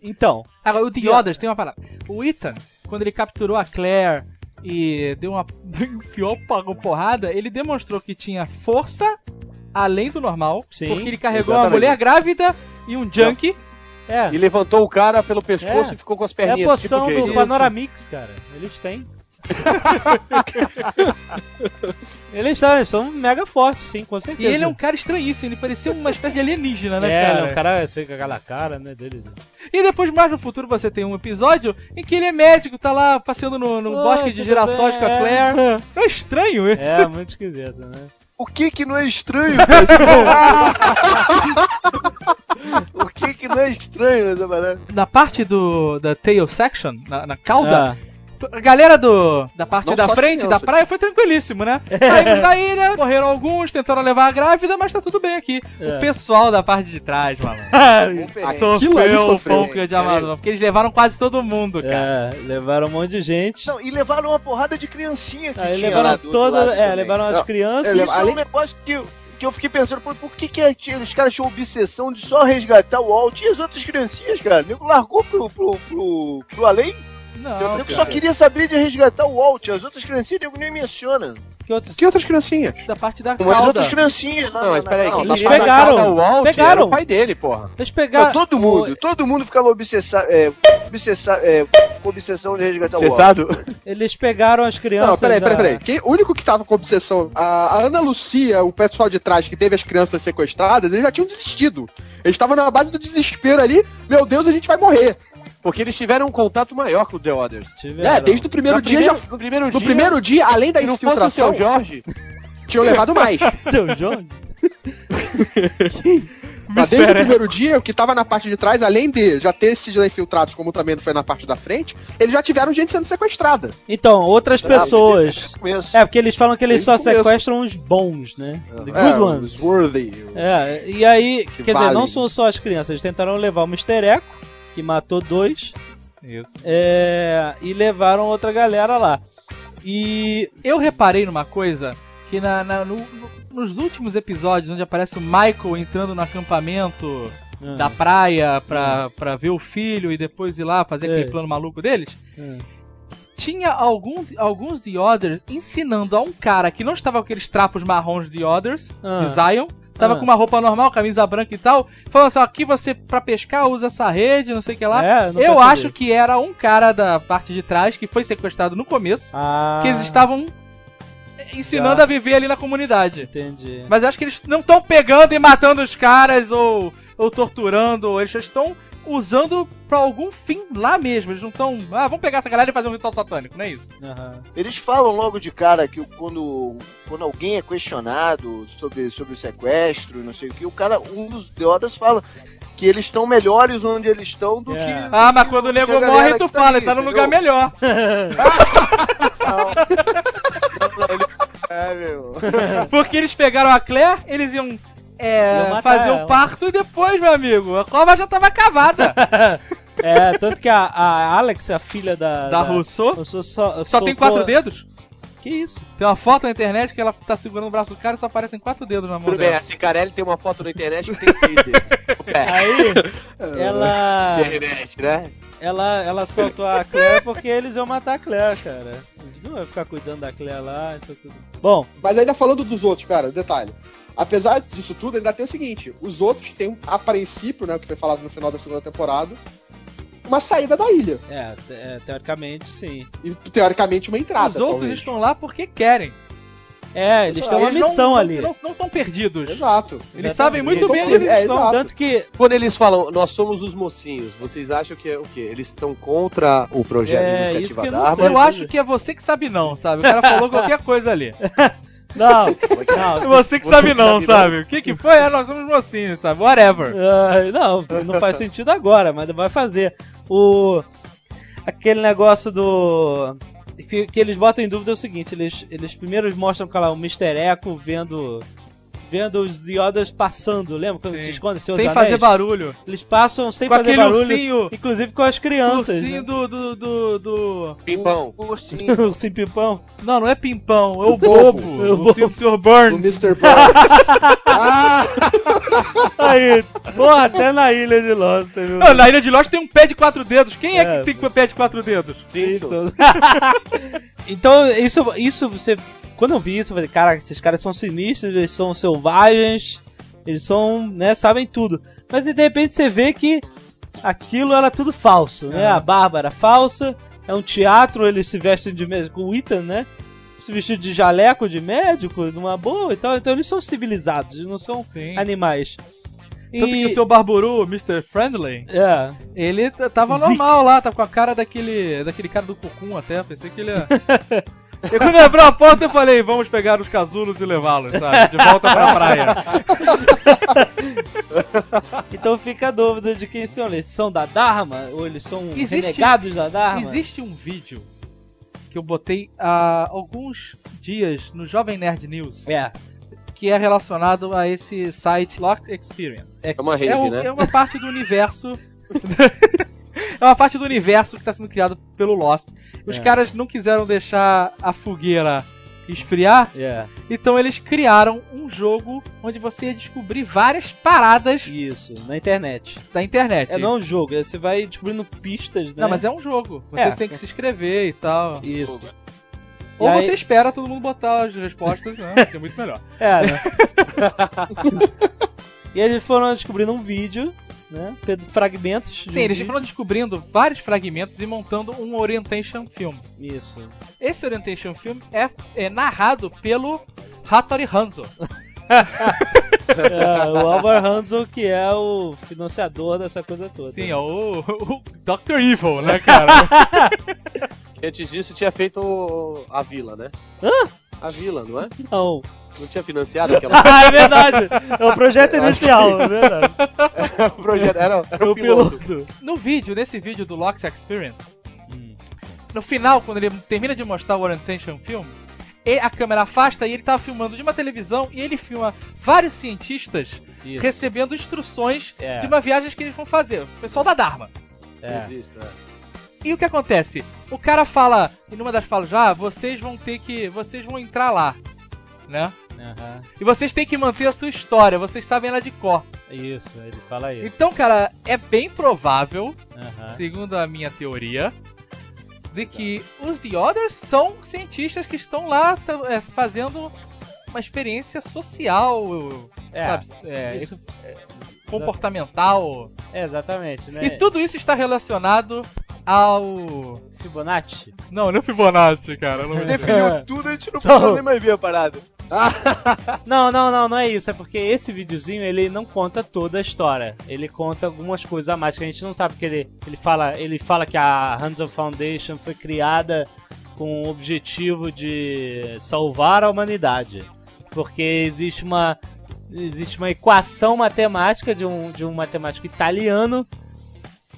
Speaker 2: Então,
Speaker 3: Agora, o The Others tem uma parada. O Ethan, quando ele capturou a Claire *laughs* e deu uma. enfiou, pagou porrada, ele demonstrou que tinha força além do normal,
Speaker 2: Sim,
Speaker 3: porque ele carregou uma
Speaker 5: exatamente.
Speaker 3: mulher grávida e um junkie.
Speaker 2: É.
Speaker 5: E levantou o cara pelo pescoço
Speaker 2: É.
Speaker 5: e ficou com as
Speaker 2: É a
Speaker 5: perninhas.
Speaker 2: poção
Speaker 5: tipo
Speaker 2: do
Speaker 5: Jason.
Speaker 2: Panoramix, cara. Eles têm. eles são, eles são mega fortes, sim, com
Speaker 3: E
Speaker 2: certeza.
Speaker 3: ele é um cara estranhíssimo, ele parecia uma espécie de alienígena, né,
Speaker 2: É,
Speaker 3: cara?
Speaker 2: ele é um cara assim, com aquela cara, né, dele.
Speaker 3: E depois, mais no futuro, você tem um episódio em que ele é médico, tá lá passeando no, no
Speaker 2: Oi,
Speaker 3: bosque de
Speaker 2: Ah, tudo
Speaker 3: girassóis
Speaker 2: bem?
Speaker 3: com a Claire.
Speaker 2: É.
Speaker 3: Não é estranho isso?
Speaker 2: É, muito esquisito, né?
Speaker 6: O que que não é
Speaker 8: *laughs*
Speaker 6: estranho, velho? o que que não é estranho nessa parada?
Speaker 3: Na parte do da tail section, na, na cauda,
Speaker 2: Ah,
Speaker 3: a galera do da parte
Speaker 4: Não
Speaker 3: da
Speaker 4: só
Speaker 3: frente da
Speaker 4: criança.
Speaker 3: praia foi tranquilíssimo,
Speaker 4: *laughs*
Speaker 3: né? Saímos da ilha, morreram alguns, tentaram levar a grávida, mas tá tudo bem aqui. O
Speaker 2: É.
Speaker 3: pessoal da parte de trás, malandro.
Speaker 4: *laughs*
Speaker 2: Ah.
Speaker 8: É
Speaker 4: Aquilo ali
Speaker 3: Sofreu o
Speaker 4: sofreu,
Speaker 3: pouco de Amazon, porque eles levaram quase todo mundo, cara.
Speaker 2: é, levaram um monte de gente.
Speaker 6: Não, e levaram uma porrada de criancinha que
Speaker 2: Aí
Speaker 6: tinha
Speaker 2: É, levaram
Speaker 6: lá do outro
Speaker 2: todas.
Speaker 6: lado
Speaker 2: É,
Speaker 6: também.
Speaker 2: levaram as
Speaker 4: Não,
Speaker 2: crianças.
Speaker 4: ele-
Speaker 6: Isso é
Speaker 4: Além-
Speaker 6: um negócio que, eu- que eu fiquei pensando, pô, por que, que a tia- os caras tinham obsessão de só resgatar o Walt e as outras criancinhas, cara? O nego largou pro, pro, pro, pro além, o
Speaker 3: Não,
Speaker 6: nego
Speaker 3: cara.
Speaker 6: só queria saber de resgatar o Walt, as outras criancinhas o nego nem menciona.
Speaker 2: Que outros?
Speaker 4: Que outras criancinhas?
Speaker 3: da parte da
Speaker 6: Mas as
Speaker 3: cauda.
Speaker 6: outras criancinhas lá
Speaker 5: Não, mas
Speaker 6: na-
Speaker 5: peraí,
Speaker 6: na-
Speaker 5: quem
Speaker 4: da
Speaker 5: tinha
Speaker 4: Fada
Speaker 2: pegaram,
Speaker 5: matado o Walt era
Speaker 2: pegaram.
Speaker 5: o pai dele, porra.
Speaker 2: Eles
Speaker 6: Não,
Speaker 2: pegaram.
Speaker 6: todo mundo, todo mundo ficava obsessado, é, obsessa- é, com obsessão de resgatar
Speaker 4: Tá
Speaker 6: o Walt.
Speaker 5: Cessado?
Speaker 2: Eles pegaram as crianças.
Speaker 4: Não, peraí, peraí,
Speaker 2: da-
Speaker 4: peraí. Quem- o único que tava com obsessão, a, a Ana Lucia, o pessoal de trás que teve as crianças sequestradas, eles já tinham desistido. Eles estavam na base do desespero ali, meu Deus, a gente vai morrer.
Speaker 5: Porque eles tiveram um contato maior com o The Others.
Speaker 2: Tiveram.
Speaker 4: É, desde o primeiro
Speaker 5: No
Speaker 4: dia
Speaker 5: primeiro-
Speaker 4: já.
Speaker 5: no primeiro
Speaker 4: no
Speaker 5: dia-
Speaker 4: primeiro dia, além da
Speaker 5: Se não fosse o
Speaker 4: infiltração, tá
Speaker 5: seu Jorge, *laughs*
Speaker 4: tinham levado mais.
Speaker 2: *laughs* Seu Jones?
Speaker 4: Mas desde o primeiro dia, o que tava na parte de trás, além de já ter sido infiltrados, como também foi na parte da frente, eles já tiveram gente sendo sequestrada.
Speaker 2: Então,
Speaker 8: Tá,
Speaker 2: outras pessoas.
Speaker 6: Começo.
Speaker 2: É, porque eles falam que eles
Speaker 4: Desde
Speaker 2: só
Speaker 4: o começo.
Speaker 2: sequestram os bons, né? The
Speaker 4: É,
Speaker 2: good ones.
Speaker 4: os worthy.
Speaker 2: É, e aí,
Speaker 4: Que
Speaker 2: quer dizer,
Speaker 4: valem.
Speaker 2: não são só as crianças, eles tentaram levar o Mr. Echo, que matou dois,
Speaker 3: Isso.
Speaker 2: é, e levaram outra galera lá. E.
Speaker 3: Eu reparei numa coisa que na- na- no- no- nos últimos episódios, onde aparece o Michael entrando no acampamento
Speaker 2: Ah,
Speaker 3: da praia pra, pra ver o filho e depois ir lá fazer
Speaker 2: É.
Speaker 3: aquele plano maluco deles,
Speaker 2: ah.
Speaker 3: tinha alguns, alguns The Others ensinando a um cara que não estava com aqueles trapos marrons The Others,
Speaker 2: Ah.
Speaker 3: de Zion, tava
Speaker 2: Ah.
Speaker 3: com uma roupa normal, camisa branca e tal, falando assim, ó, aqui você, pra pescar, usa essa rede, não sei o que lá.
Speaker 2: É, não
Speaker 3: Eu
Speaker 2: percebi.
Speaker 3: acho que era um cara da parte de trás que foi sequestrado no começo
Speaker 2: Ah,
Speaker 3: que eles estavam ensinando
Speaker 2: Tá.
Speaker 3: a viver ali na comunidade.
Speaker 2: Entendi.
Speaker 3: Mas eu acho que eles não estão pegando e matando os caras ou, ou torturando, ou eles estão usando pra algum fim lá mesmo. Eles não estão. Ah, vamos pegar essa galera e fazer um ritual satânico, não é isso?
Speaker 2: Aham.
Speaker 6: Eles falam logo de cara que quando, quando alguém é questionado sobre, sobre o sequestro, não sei o que, o cara, um dos deodas fala que eles estão melhores onde eles estão do
Speaker 2: É.
Speaker 6: que.
Speaker 3: Ah, mas quando o nego
Speaker 6: a galera
Speaker 3: morre,
Speaker 6: que
Speaker 3: tu
Speaker 6: tá
Speaker 3: fala,
Speaker 6: ali,
Speaker 3: ele tá num
Speaker 6: entendeu?
Speaker 3: lugar melhor.
Speaker 6: *laughs* É, meu.
Speaker 3: *laughs* Porque eles pegaram a Claire, eles iam. é,
Speaker 2: Iam matar
Speaker 3: fazer o
Speaker 2: ela.
Speaker 3: parto e depois, meu amigo, a cova já
Speaker 6: *laughs*
Speaker 3: tava cavada.
Speaker 2: É, tanto que a, a Alex, a filha da.
Speaker 3: da Rousseau.
Speaker 2: Rousseau só,
Speaker 3: Só tem quatro
Speaker 2: dedos?
Speaker 3: dedos?
Speaker 2: Que isso?
Speaker 3: Tem uma foto na internet que ela tá segurando o braço do cara e só aparecem quatro dedos na mão
Speaker 5: tudo bem,
Speaker 3: dela.
Speaker 5: a Cicarelli assim, tem uma foto na internet que tem seis
Speaker 2: *laughs*
Speaker 5: dedos.
Speaker 4: *laughs*
Speaker 5: É,
Speaker 2: Aí, ela.
Speaker 4: É.
Speaker 5: internet, né?
Speaker 2: Ela, ela soltou a Claire porque eles iam matar a Claire, cara. Eles não iam ficar cuidando da Claire lá, então tudo. Bom,
Speaker 4: Mas ainda falando dos outros, cara, detalhe. Apesar disso tudo, ainda tem o seguinte: os outros têm, a princípio, né, o que foi falado no final da segunda temporada, uma saída da ilha.
Speaker 2: é, te- é, teoricamente sim.
Speaker 4: E teoricamente uma entrada.
Speaker 3: Os outros
Speaker 4: é talvez.
Speaker 3: estão lá porque querem.
Speaker 2: É, eles têm uma
Speaker 3: não-
Speaker 2: missão
Speaker 3: não,
Speaker 2: ali.
Speaker 3: Não estão perdidos. *laughs*
Speaker 4: Exato.
Speaker 3: Eles sabem muito
Speaker 4: Eles
Speaker 3: bem
Speaker 4: não
Speaker 3: onde
Speaker 4: tão-
Speaker 3: eles
Speaker 4: é,
Speaker 3: estão.
Speaker 4: exato.
Speaker 2: Tanto que.
Speaker 5: Quando eles falam, nós somos os mocinhos, vocês acham que é o quê? Eles estão contra o projeto
Speaker 2: É,
Speaker 5: de
Speaker 2: isso que
Speaker 5: iniciativa
Speaker 2: eu
Speaker 5: da
Speaker 2: não
Speaker 5: arma?
Speaker 2: sei.
Speaker 3: Eu acho que é você que sabe não, sabe? O cara falou qualquer coisa ali. É
Speaker 2: Não, não.
Speaker 3: Você que sabe não, sabe? O que que foi? Ah, nós somos mocinhos, sabe? Whatever.
Speaker 2: ah, não, não faz sentido agora, mas vai fazer. O. Aquele negócio do. Que, que eles botam em dúvida é o seguinte: eles, eles primeiro mostram com lá, o Mr. Echo vendo. Vendo os diodas passando, lembra quando
Speaker 3: Sim.
Speaker 2: se escondem? seus
Speaker 3: Sem
Speaker 2: anéis?
Speaker 3: fazer barulho.
Speaker 2: Eles passam sem
Speaker 3: Com
Speaker 2: fazer
Speaker 3: aquele
Speaker 2: barulho,
Speaker 3: ursinho.
Speaker 2: inclusive com as crianças.
Speaker 3: Ursinho do, do, do, do-
Speaker 5: Pimpão.
Speaker 2: né?
Speaker 3: *laughs*
Speaker 6: Ursinho.
Speaker 2: O *laughs* Ursinho Pimpão.
Speaker 3: Não, não é pimpão, é o bobo.
Speaker 4: bobo.
Speaker 2: É o
Speaker 3: O ursinho do Sr.
Speaker 4: O
Speaker 3: Burns.
Speaker 4: Mr. Burns.
Speaker 2: Aí, porra, até na ilha de Lost, viu?
Speaker 3: Não, na Ilha de Lost tem um pé de quatro dedos. Quem é,
Speaker 2: É, *laughs*
Speaker 3: que tem que pé de quatro dedos?
Speaker 2: Simpsons. então, isso, isso você Quando eu vi isso, eu falei, cara, esses caras são sinistros, eles são selvagens, eles são, né, sabem tudo. Mas aí, de repente você vê que aquilo era tudo falso, né?
Speaker 3: Ah.
Speaker 2: A Bárbara falsa, é um teatro, eles se vestem de médico, o Ethan, né? Se vestido de jaleco, de médico, de uma boa e tal. Então eles são civilizados, eles não são
Speaker 3: Sim.
Speaker 2: animais.
Speaker 3: Tanto que o seu Barburu, Mr. Friendly,
Speaker 2: É,
Speaker 3: ele t- tava
Speaker 2: Zica.
Speaker 3: normal lá, tava com a cara daquele. daquele cara do Cucum até, pensei que ele ia. *laughs* E quando ele abriu a porta, eu falei, vamos pegar os casulos e levá-los, sabe? De volta pra praia.
Speaker 2: Então fica a dúvida de quem são eles. São da Dharma? Ou eles são
Speaker 3: Existe-
Speaker 2: renegados da Dharma?
Speaker 3: Existe um vídeo que eu botei há alguns dias no Jovem Nerd News,
Speaker 2: É,
Speaker 3: que é relacionado a esse site Locked Experience.
Speaker 5: É uma rede,
Speaker 3: É,
Speaker 2: um-
Speaker 3: o-
Speaker 5: né?
Speaker 3: é uma parte do universo. *laughs* é uma parte do universo que está sendo criado pelo Lost. Os
Speaker 2: É.
Speaker 3: caras não quiseram deixar a fogueira esfriar,
Speaker 2: é,
Speaker 3: então eles criaram um jogo onde você ia descobrir várias paradas
Speaker 2: isso, na internet.
Speaker 3: da internet.
Speaker 2: É não um jogo, é, você vai descobrindo pistas, né?
Speaker 3: Não, mas é um jogo. Você
Speaker 2: É.
Speaker 3: tem que se inscrever e tal.
Speaker 2: Isso.
Speaker 3: Ou
Speaker 2: E aí-
Speaker 3: você espera todo mundo botar as
Speaker 2: *laughs*
Speaker 3: respostas, né? Que é muito melhor.
Speaker 2: É, né? *laughs* E eles foram descobrindo um vídeo, né? ped- Fragmentos de. um
Speaker 3: Sim, eles
Speaker 2: vídeo.
Speaker 3: foram descobrindo vários fragmentos e montando um Orientation Film.
Speaker 2: Isso.
Speaker 3: Esse Orientation Film é, é narrado pelo Hattori Hanzo.
Speaker 2: É, o Alvar Hanzel, que é o financiador dessa coisa toda.
Speaker 3: Sim, é o, *laughs* o Dr.
Speaker 2: *laughs*
Speaker 3: Evil, né, cara?
Speaker 2: um-
Speaker 5: Que antes disso tinha feito o- a vila, né? Hã? A vila, não é?
Speaker 2: Não.
Speaker 5: Não tinha financiado aquela.
Speaker 2: Ah, *laughs* é verdade! É o projeto inicial, é
Speaker 6: *laughs*
Speaker 2: verdade.
Speaker 6: O um projeto era,
Speaker 2: É
Speaker 6: era
Speaker 2: o
Speaker 6: o piloto.
Speaker 2: piloto.
Speaker 3: no vídeo, nesse vídeo do Locked Experience,
Speaker 2: Hum.
Speaker 3: no final, quando ele termina de mostrar o Orientation Film, e a câmera afasta e ele tava filmando de uma televisão e ele filma vários cientistas
Speaker 2: Isso.
Speaker 3: recebendo instruções
Speaker 2: É.
Speaker 3: de uma viagem que eles vão fazer. O pessoal da Dharma.
Speaker 2: É.
Speaker 5: Existe, né?
Speaker 3: E o que acontece? O cara fala, e numa das falas, ah, vocês vão ter que. Vocês vão entrar lá, né?
Speaker 2: Aham.
Speaker 3: E vocês têm que manter a sua história, vocês sabem ela de cor.
Speaker 2: Isso, ele fala isso. É.
Speaker 3: Então, cara, é bem provável,
Speaker 2: Aham.
Speaker 3: segundo a minha teoria, de que os The Others são cientistas que estão lá tá- é, fazendo uma experiência social,
Speaker 2: É,
Speaker 3: sabe? É,
Speaker 2: isso-
Speaker 3: comportamental.
Speaker 2: é, exatamente, né?
Speaker 3: E tudo isso está relacionado ao.
Speaker 2: Fibonacci?
Speaker 3: Não, não é Fibonacci, cara. Não
Speaker 2: *laughs*
Speaker 3: É.
Speaker 6: Definiu tudo, a gente não pode nem mais ver a parada.
Speaker 2: Não, não, não, não é isso. É porque esse videozinho, ele não conta toda a história. Ele conta algumas coisas a mais que a gente não sabe. Porque ele, ele, fala, ele fala que a Hands of Foundation foi criada com o objetivo de salvar a humanidade. Porque existe uma, existe uma equação matemática de um, de um matemático italiano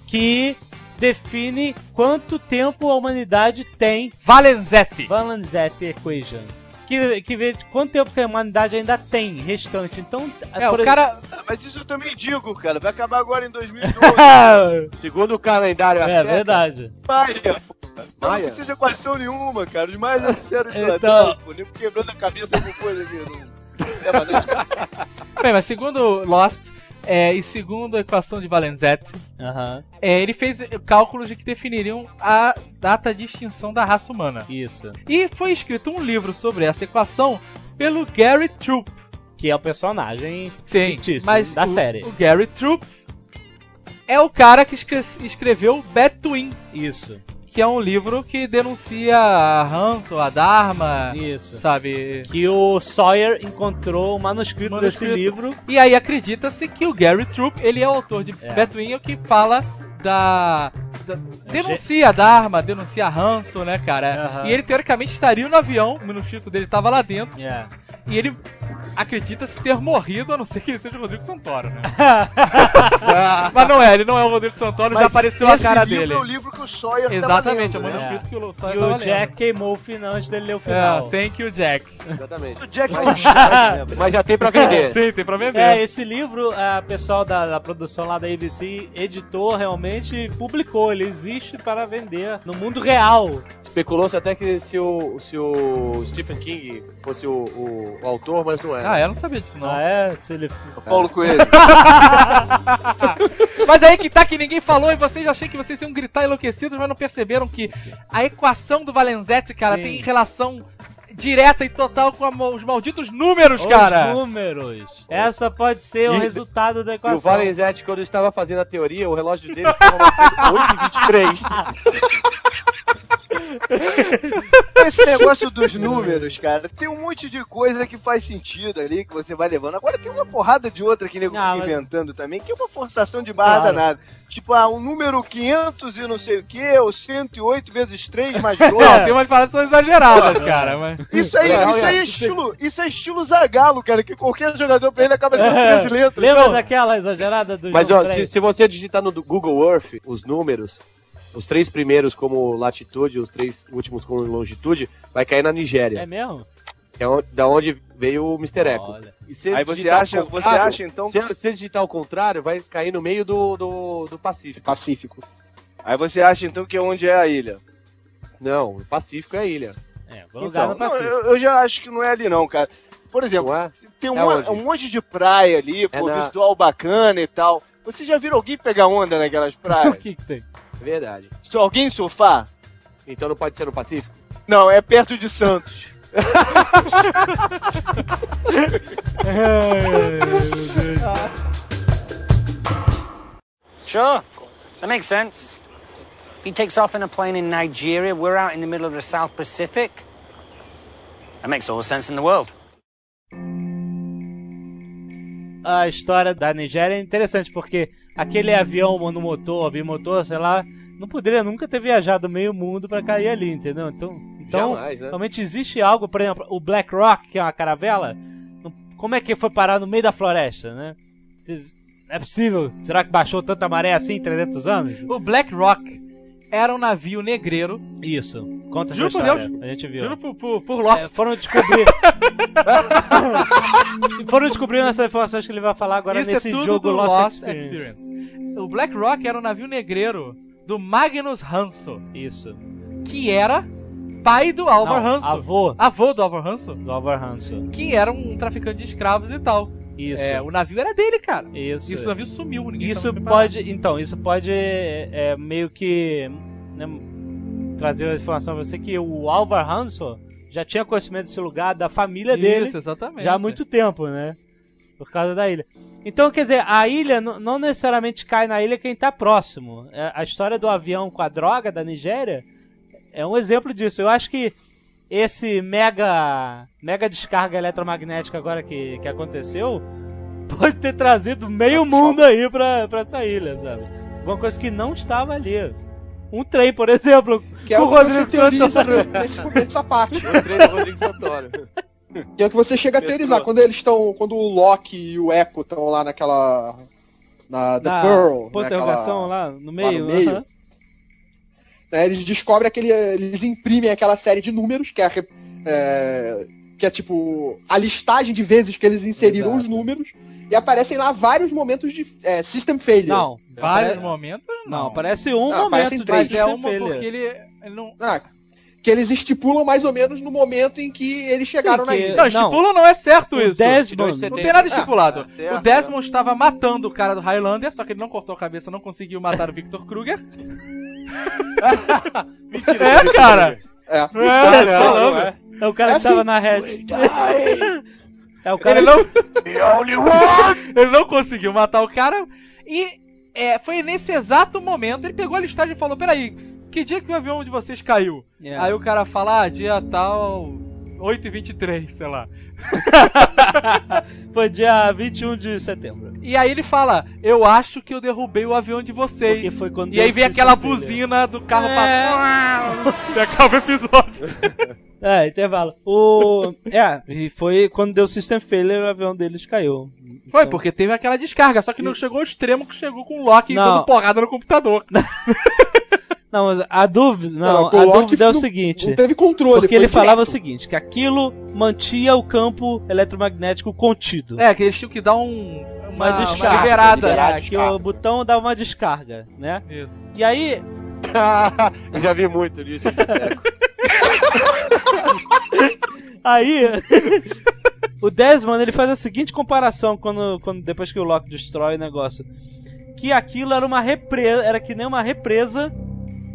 Speaker 2: que define quanto tempo a humanidade tem
Speaker 3: Valenzetti.
Speaker 2: Valanzetti Equation. Que, que vê de quanto tempo que a humanidade ainda tem restante. Então,
Speaker 3: É,
Speaker 2: por
Speaker 3: o cara.
Speaker 6: Ah, Mas isso eu também digo, cara. Vai acabar agora em 2012.
Speaker 3: *laughs*
Speaker 2: *laughs* exemplo-
Speaker 5: Segundo o calendário
Speaker 2: é
Speaker 5: asteca,
Speaker 2: verdade.
Speaker 6: Maia. Não
Speaker 5: Maia?
Speaker 6: precisa de equação nenhuma, cara. Os mais é sério
Speaker 2: Então-
Speaker 6: pô. Nem quebrando a cabeça com coisa aqui. Não É leva nada.
Speaker 3: Bem, mas segundo Lost, é, e segundo a equação de Valenzetti,
Speaker 2: Aham,
Speaker 3: é, ele fez cálculos de que definiriam a data de extinção da raça humana.
Speaker 2: isso.
Speaker 3: E foi escrito um livro sobre essa equação pelo Gary Troop.
Speaker 2: Que é o personagem.
Speaker 3: Sim,
Speaker 2: Fictício,
Speaker 3: mas
Speaker 2: da
Speaker 3: o,
Speaker 2: série.
Speaker 3: o Gary Troop é o cara que escre- escreveu Between,
Speaker 2: Isso,
Speaker 3: que é um livro que denuncia a Hanzo, a Dharma,
Speaker 2: isso.
Speaker 3: sabe?
Speaker 2: Que o Sawyer encontrou o manuscrito,
Speaker 3: Manuscrito.
Speaker 2: desse livro.
Speaker 3: E aí acredita-se que o Gary Troop, ele é o autor de
Speaker 2: É.
Speaker 3: Between, o que fala da... da- denuncia a Dharma, denuncia a Hanson, né, cara?
Speaker 2: Aham.
Speaker 3: E ele, teoricamente, estaria no avião, o manuscrito dele tava lá dentro,
Speaker 2: É.
Speaker 3: e ele acredita-se ter morrido, a não ser que ele seja o Rodrigo
Speaker 2: *laughs*
Speaker 3: Santoro, né? Mas não é, ele não é o Rodrigo Santoro, *laughs* já
Speaker 6: Mas
Speaker 3: apareceu a
Speaker 6: esse
Speaker 3: cara
Speaker 6: livro
Speaker 3: dele.
Speaker 6: é o livro que o Sawyer
Speaker 3: Exatamente, é
Speaker 6: tava lendo,
Speaker 3: o
Speaker 6: né?
Speaker 3: manuscrito que o Só
Speaker 2: E o Jack queimou o final antes dele ler o
Speaker 3: né? É,
Speaker 2: final.
Speaker 3: thank you, Jack.
Speaker 5: Exatamente.
Speaker 6: O
Speaker 3: *laughs*
Speaker 6: Jack é um chato, né?
Speaker 5: Mas já tem pra vender.
Speaker 3: Sim, tem pra
Speaker 2: *laughs*
Speaker 3: vender.
Speaker 2: É, esse livro, o pessoal da, da produção lá da ABC editou realmente e publicou. Ele existe para vender no mundo real.
Speaker 5: Especulou-se até que se o, se o Stephen King fosse o, o- o autor, mas não é.
Speaker 3: Ah, eu não sabia disso, não.
Speaker 2: Ah, é? Se ele
Speaker 6: Paulo Coelho.
Speaker 3: Mas aí que tá que ninguém falou e vocês achei que vocês iam gritar enlouquecidos, mas não perceberam que a equação do Valenzetti, cara,
Speaker 2: Sim.
Speaker 3: tem relação direta e total com a mo- os malditos números, cara.
Speaker 2: Os números. Essa pode ser o
Speaker 5: E-
Speaker 2: resultado da
Speaker 5: E
Speaker 2: equação.
Speaker 5: o Valenzetti, quando estava fazendo a teoria, o relógio dele estava batendo 8h23.
Speaker 2: *laughs*
Speaker 8: Esse negócio dos números, cara, tem um monte de coisa que faz sentido ali, que você vai levando. Agora tem uma porrada de outra que o nego
Speaker 2: Não,
Speaker 8: fica
Speaker 2: mas-
Speaker 8: inventando também, que é uma forçação de barra
Speaker 2: Claro.
Speaker 8: danada. Tipo, ah, o número 500 e não sei o que, ou 108 vezes
Speaker 2: *laughs*
Speaker 8: 3 mais 9.
Speaker 2: É.
Speaker 3: Tem umas paradas que são exageradas, cara, mas...
Speaker 8: Isso aí, isso aí é estilo, isso é estilo Zagalo, cara, que qualquer jogador pra ele acaba sendo
Speaker 2: É.
Speaker 8: 13 letras.
Speaker 2: Lembra
Speaker 8: Não,
Speaker 2: daquela exagerada do
Speaker 5: Mas
Speaker 2: João
Speaker 5: ó, se,
Speaker 2: Freire?
Speaker 5: se você digitar no Google Earth os números, os três primeiros como latitude, os três últimos como longitude, vai cair na
Speaker 2: É
Speaker 5: Nigéria.
Speaker 2: mesmo?
Speaker 5: que É onde- da onde veio o Mr. Echo.
Speaker 2: Olha.
Speaker 5: E se
Speaker 8: Aí você
Speaker 5: digitar
Speaker 8: acha-
Speaker 5: ao
Speaker 8: você
Speaker 5: contrário-
Speaker 8: acha, então-
Speaker 5: Se, se digitar ao contrário, vai cair no meio do, do, do Pacífico.
Speaker 4: Pacífico.
Speaker 8: Aí você acha então que é onde é a ilha.
Speaker 5: Não, o Pacífico é a ilha.
Speaker 2: É, vou lugar
Speaker 8: Então,
Speaker 2: no
Speaker 8: não,
Speaker 2: Pacífico.
Speaker 8: eu, eu já acho que não é ali não, cara. Por exemplo,
Speaker 5: Não é?
Speaker 8: Tem um,
Speaker 5: É
Speaker 8: mon-
Speaker 5: onde? É
Speaker 8: um monte de praia ali, pô,
Speaker 5: na-
Speaker 8: visual bacana e tal. Você já viram alguém pegar
Speaker 5: *laughs*
Speaker 8: onda naquelas
Speaker 2: *laughs* O
Speaker 8: praias?
Speaker 2: que, que tem?
Speaker 5: É Verdade.
Speaker 8: Se alguém surfar?
Speaker 5: Então não pode ser no
Speaker 8: *laughs*
Speaker 5: Pacífico?
Speaker 8: Não, é perto de Santos.
Speaker 9: Sure. That makes sense. He takes off in a plane in Nigeria. We're out in the middle of the South Pacific. That makes all the sense in the world.
Speaker 2: A história da Nigéria é interessante, porque aquele avião monomotor, bimotor, sei lá, não poderia nunca ter viajado meio mundo pra cair ali, entendeu? Então, então
Speaker 5: Jamais, né?
Speaker 2: realmente existe algo, por exemplo, o Black Rock, que é uma caravela, não- como é que foi parar no meio da floresta, né? Não é possível. Será que baixou tanta maré assim em 300 anos?
Speaker 3: O Black Rock era um navio negreiro,
Speaker 2: Isso. Conta
Speaker 3: Juro
Speaker 2: essa
Speaker 3: por
Speaker 2: história. A gente viu.
Speaker 3: juro por, por, por
Speaker 2: É,
Speaker 3: Lost.
Speaker 2: foram descobrir. *laughs* foram descobrindo essas informações que ele vai falar agora
Speaker 3: Isso
Speaker 2: nesse
Speaker 3: é tudo
Speaker 2: jogo
Speaker 3: do
Speaker 2: Lost,
Speaker 3: Lost
Speaker 2: Experience.
Speaker 3: Experience. O Black Rock era um navio negreiro do Magnus Hanso,
Speaker 2: Isso.
Speaker 3: que era pai do Alvar
Speaker 2: Não,
Speaker 3: Hanso.
Speaker 2: Avô
Speaker 3: Avô do Alvar Hanso,
Speaker 2: do Alvar Hanso.
Speaker 3: que era um traficante de escravos e tal.
Speaker 2: Isso.
Speaker 3: É, o navio era dele, cara.
Speaker 2: isso.
Speaker 3: Isso, tá o navio sumiu, ninguém
Speaker 2: Isso
Speaker 3: sabe onde
Speaker 2: pode. Então, isso pode é, é, meio que. né, trazer a informação pra você que o Alvar Hanso já tinha conhecimento desse lugar, da família
Speaker 3: parar.
Speaker 2: dele.
Speaker 3: Isso, exatamente.
Speaker 2: já há muito tempo, né? Por causa da ilha. Então, quer dizer, a ilha n- não necessariamente cai na ilha quem tá próximo. É, A história do avião com a droga da Nigéria é um exemplo disso. Eu acho que esse mega mega descarga eletromagnética agora que, que aconteceu *laughs* pode ter trazido meio mundo aí pra, pra essa ilha, sabe? Alguma coisa que não estava ali. Um trem, por exemplo.
Speaker 4: Que é
Speaker 2: Com
Speaker 4: o que você
Speaker 2: Rodrigo
Speaker 4: teoriza nesse, nessa parte.
Speaker 5: Eu entrei no Rodrigo Santoro.
Speaker 4: Que é o que você chega a teorizar quando eles estão. Quando o Loki e o Echo estão lá naquela. Na The
Speaker 2: na
Speaker 4: Pearl. né,
Speaker 2: ponta de
Speaker 4: naquela-
Speaker 2: interrogação né, lá no meio.
Speaker 4: meio.
Speaker 2: aham.
Speaker 4: né, eles descobrem aquele. Eles imprimem aquela série de números que é. a re- é, que é tipo a listagem de vezes que eles inseriram os
Speaker 2: Exato.
Speaker 4: números e aparecem lá vários momentos de é, system failure.
Speaker 2: Não,
Speaker 3: Vários
Speaker 2: apare-
Speaker 3: momentos,
Speaker 2: Não,
Speaker 3: não.
Speaker 2: parece um
Speaker 4: Não,
Speaker 2: momento
Speaker 4: aparecem
Speaker 2: de
Speaker 4: três.
Speaker 3: Mas é
Speaker 2: System
Speaker 3: uma
Speaker 2: Failure.
Speaker 3: porque ele, ele não...
Speaker 4: Ah, que eles estipulam mais ou menos no momento em que eles chegaram
Speaker 2: Sim,
Speaker 4: na
Speaker 2: que-
Speaker 4: ilha.
Speaker 3: Não, estipula não é certo
Speaker 2: O
Speaker 3: isso.
Speaker 2: Desmond-
Speaker 3: Não tem nada estipulado.
Speaker 8: certo,
Speaker 3: o Desmond estava matando o cara do Highlander, só que ele não cortou a cabeça, não conseguiu matar o Victor Kruger. é, cara.
Speaker 4: É.
Speaker 3: Não é,
Speaker 5: não,
Speaker 3: falando.
Speaker 5: não é.
Speaker 2: É o cara
Speaker 4: É
Speaker 2: que tava
Speaker 4: assim.
Speaker 2: na rede. *laughs* é o cara
Speaker 3: Ele não,
Speaker 8: The only one!
Speaker 3: *laughs* ele não conseguiu matar o cara. E é, foi nesse exato momento, ele pegou a listagem e falou, peraí, que dia que o avião de vocês caiu?
Speaker 2: É.
Speaker 3: Aí o cara fala, ah, dia tal... 8h23, sei lá.
Speaker 2: Foi dia 21 de setembro.
Speaker 3: E aí ele fala, eu acho que eu derrubei o avião de vocês.
Speaker 2: Porque foi quando
Speaker 3: E
Speaker 2: deu
Speaker 3: aí vem
Speaker 2: System
Speaker 3: aquela
Speaker 2: Failure.
Speaker 3: buzina do carro
Speaker 2: É.
Speaker 3: passando. *laughs* E acaba o episódio.
Speaker 2: É, intervalo. O... É, e foi quando deu System Failure o avião deles caiu.
Speaker 3: Foi, porque teve aquela descarga, só que não chegou ao extremo que chegou com o Loki
Speaker 2: Não.
Speaker 3: dando porrada no computador.
Speaker 2: Não, mas a dúvida. Não,
Speaker 4: com o
Speaker 2: a
Speaker 4: Loki
Speaker 2: dúvida é o
Speaker 4: não-
Speaker 2: seguinte.
Speaker 4: Não teve controle.
Speaker 2: porque
Speaker 4: foi
Speaker 2: ele
Speaker 4: direto.
Speaker 2: falava o seguinte, que aquilo mantinha o campo eletromagnético contido.
Speaker 3: É, que eles tinham que dar um, uma,
Speaker 2: Uma
Speaker 3: uma
Speaker 2: descarga,
Speaker 3: liberada.
Speaker 4: liberada.
Speaker 2: que o botão dava uma descarga, né?
Speaker 3: Isso.
Speaker 2: E aí,
Speaker 5: *laughs* Eu já vi muito disso.
Speaker 2: Aí, *laughs* o Desmond ele faz a seguinte comparação quando, quando depois que o Loki destrói o negócio, que aquilo era uma represa, era que nem uma represa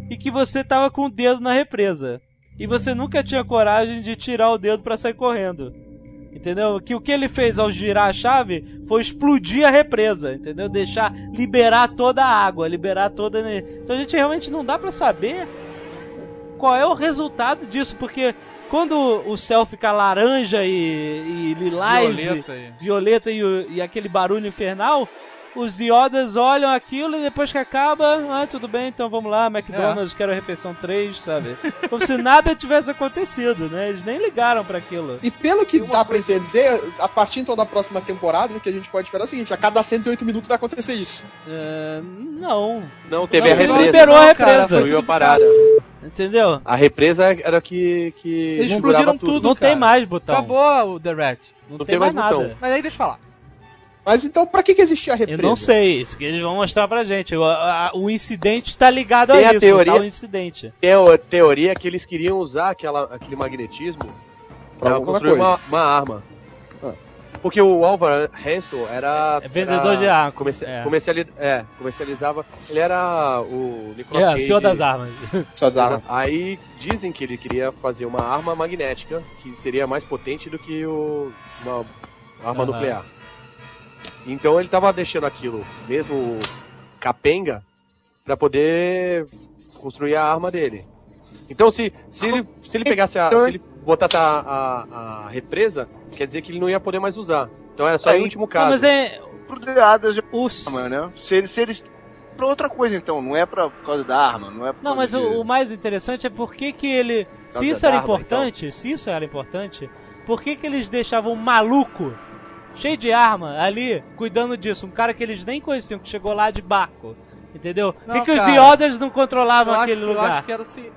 Speaker 2: e que você tava com o dedo na represa. e você nunca tinha coragem de tirar o dedo pra sair correndo. Entendeu? Que o que ele fez ao girar a chave foi explodir a represa, entendeu? Deixar liberar toda a água, liberar toda a energia. Então a gente realmente não dá pra saber qual é o resultado disso, porque quando o céu fica laranja e, e lilás, e-
Speaker 3: Violeta aí.
Speaker 2: violeta e, o- e aquele barulho infernal, os iodas olham aquilo e depois que acaba, ah, tudo bem, então vamos lá, McDonald's, quero a refeição 3, sabe? Como se nada tivesse acontecido, né? Eles nem ligaram pra aquilo.
Speaker 4: E pelo que dá pra entender, a partir então da próxima temporada, o que a gente pode esperar é o seguinte: a cada 108 minutos vai acontecer isso.
Speaker 2: É, não,
Speaker 5: Não teve
Speaker 2: Não,
Speaker 5: a represa.
Speaker 2: liberou a represa.
Speaker 5: Foi a parada.
Speaker 2: entendeu?
Speaker 5: A represa era que. que
Speaker 3: Eles
Speaker 5: segurava
Speaker 3: explodiram tudo.
Speaker 2: Não
Speaker 3: cara.
Speaker 2: tem mais botão.
Speaker 3: Acabou o The Rat.
Speaker 2: Não,
Speaker 5: Não
Speaker 2: tem
Speaker 5: tem
Speaker 2: mais,
Speaker 5: mais
Speaker 2: nada.
Speaker 5: botão.
Speaker 3: Mas aí deixa eu falar.
Speaker 4: Mas então, pra que, que existia a
Speaker 2: Eu
Speaker 4: represa?
Speaker 2: não sei, isso que eles vão mostrar pra gente. O, a- o incidente tá ligado
Speaker 5: Tem
Speaker 2: a
Speaker 5: a
Speaker 2: isso,
Speaker 5: teoria-
Speaker 2: tá? O incidente.
Speaker 5: Teo- teoria é que eles queriam usar aquela, aquele magnetismo
Speaker 4: Pra
Speaker 5: pra
Speaker 4: alguma
Speaker 5: construir
Speaker 4: coisa.
Speaker 5: uma, uma arma.
Speaker 4: Ah.
Speaker 5: Porque o Álvaro Hansel era.
Speaker 2: É vendedor
Speaker 5: era
Speaker 2: de arma,
Speaker 5: comerci-
Speaker 2: é.
Speaker 5: comerciali- é, comercializava. Ele era o Nicolas
Speaker 2: É, o
Speaker 5: Cage.
Speaker 2: senhor das armas.
Speaker 4: Só desarma.
Speaker 5: Aí dizem que ele queria fazer uma arma magnética que seria mais potente do que o, uma arma
Speaker 2: Aham.
Speaker 5: nuclear. Então ele tava deixando aquilo, mesmo capenga, pra poder construir a arma dele. Então se, se, ele, se ele pegasse a. Se ele botasse a, a- a represa, quer dizer que ele não ia poder mais usar. Então era só
Speaker 8: Aí-
Speaker 5: o último caso.
Speaker 2: Não, mas é.
Speaker 8: Pro The Others,
Speaker 2: O...
Speaker 8: né? Se eles. Se eles pra outra coisa então, não é pra, por causa da arma, não é por
Speaker 2: Não, mas
Speaker 8: causa
Speaker 2: o,
Speaker 8: de-
Speaker 2: o mais interessante é por que que ele.
Speaker 5: causa
Speaker 2: Se isso
Speaker 5: da
Speaker 2: era
Speaker 5: arma,
Speaker 2: importante, se isso era importante, por que que eles deixavam um maluco, cheio de arma, ali, cuidando disso? Um cara que eles nem conheciam, que chegou lá de barco. Entendeu? Por que,
Speaker 3: Não,
Speaker 2: que os
Speaker 3: cara,
Speaker 2: The Others não controlavam
Speaker 3: Eu acho,
Speaker 2: aquele
Speaker 3: eu
Speaker 2: lugar?
Speaker 3: acho que era o se-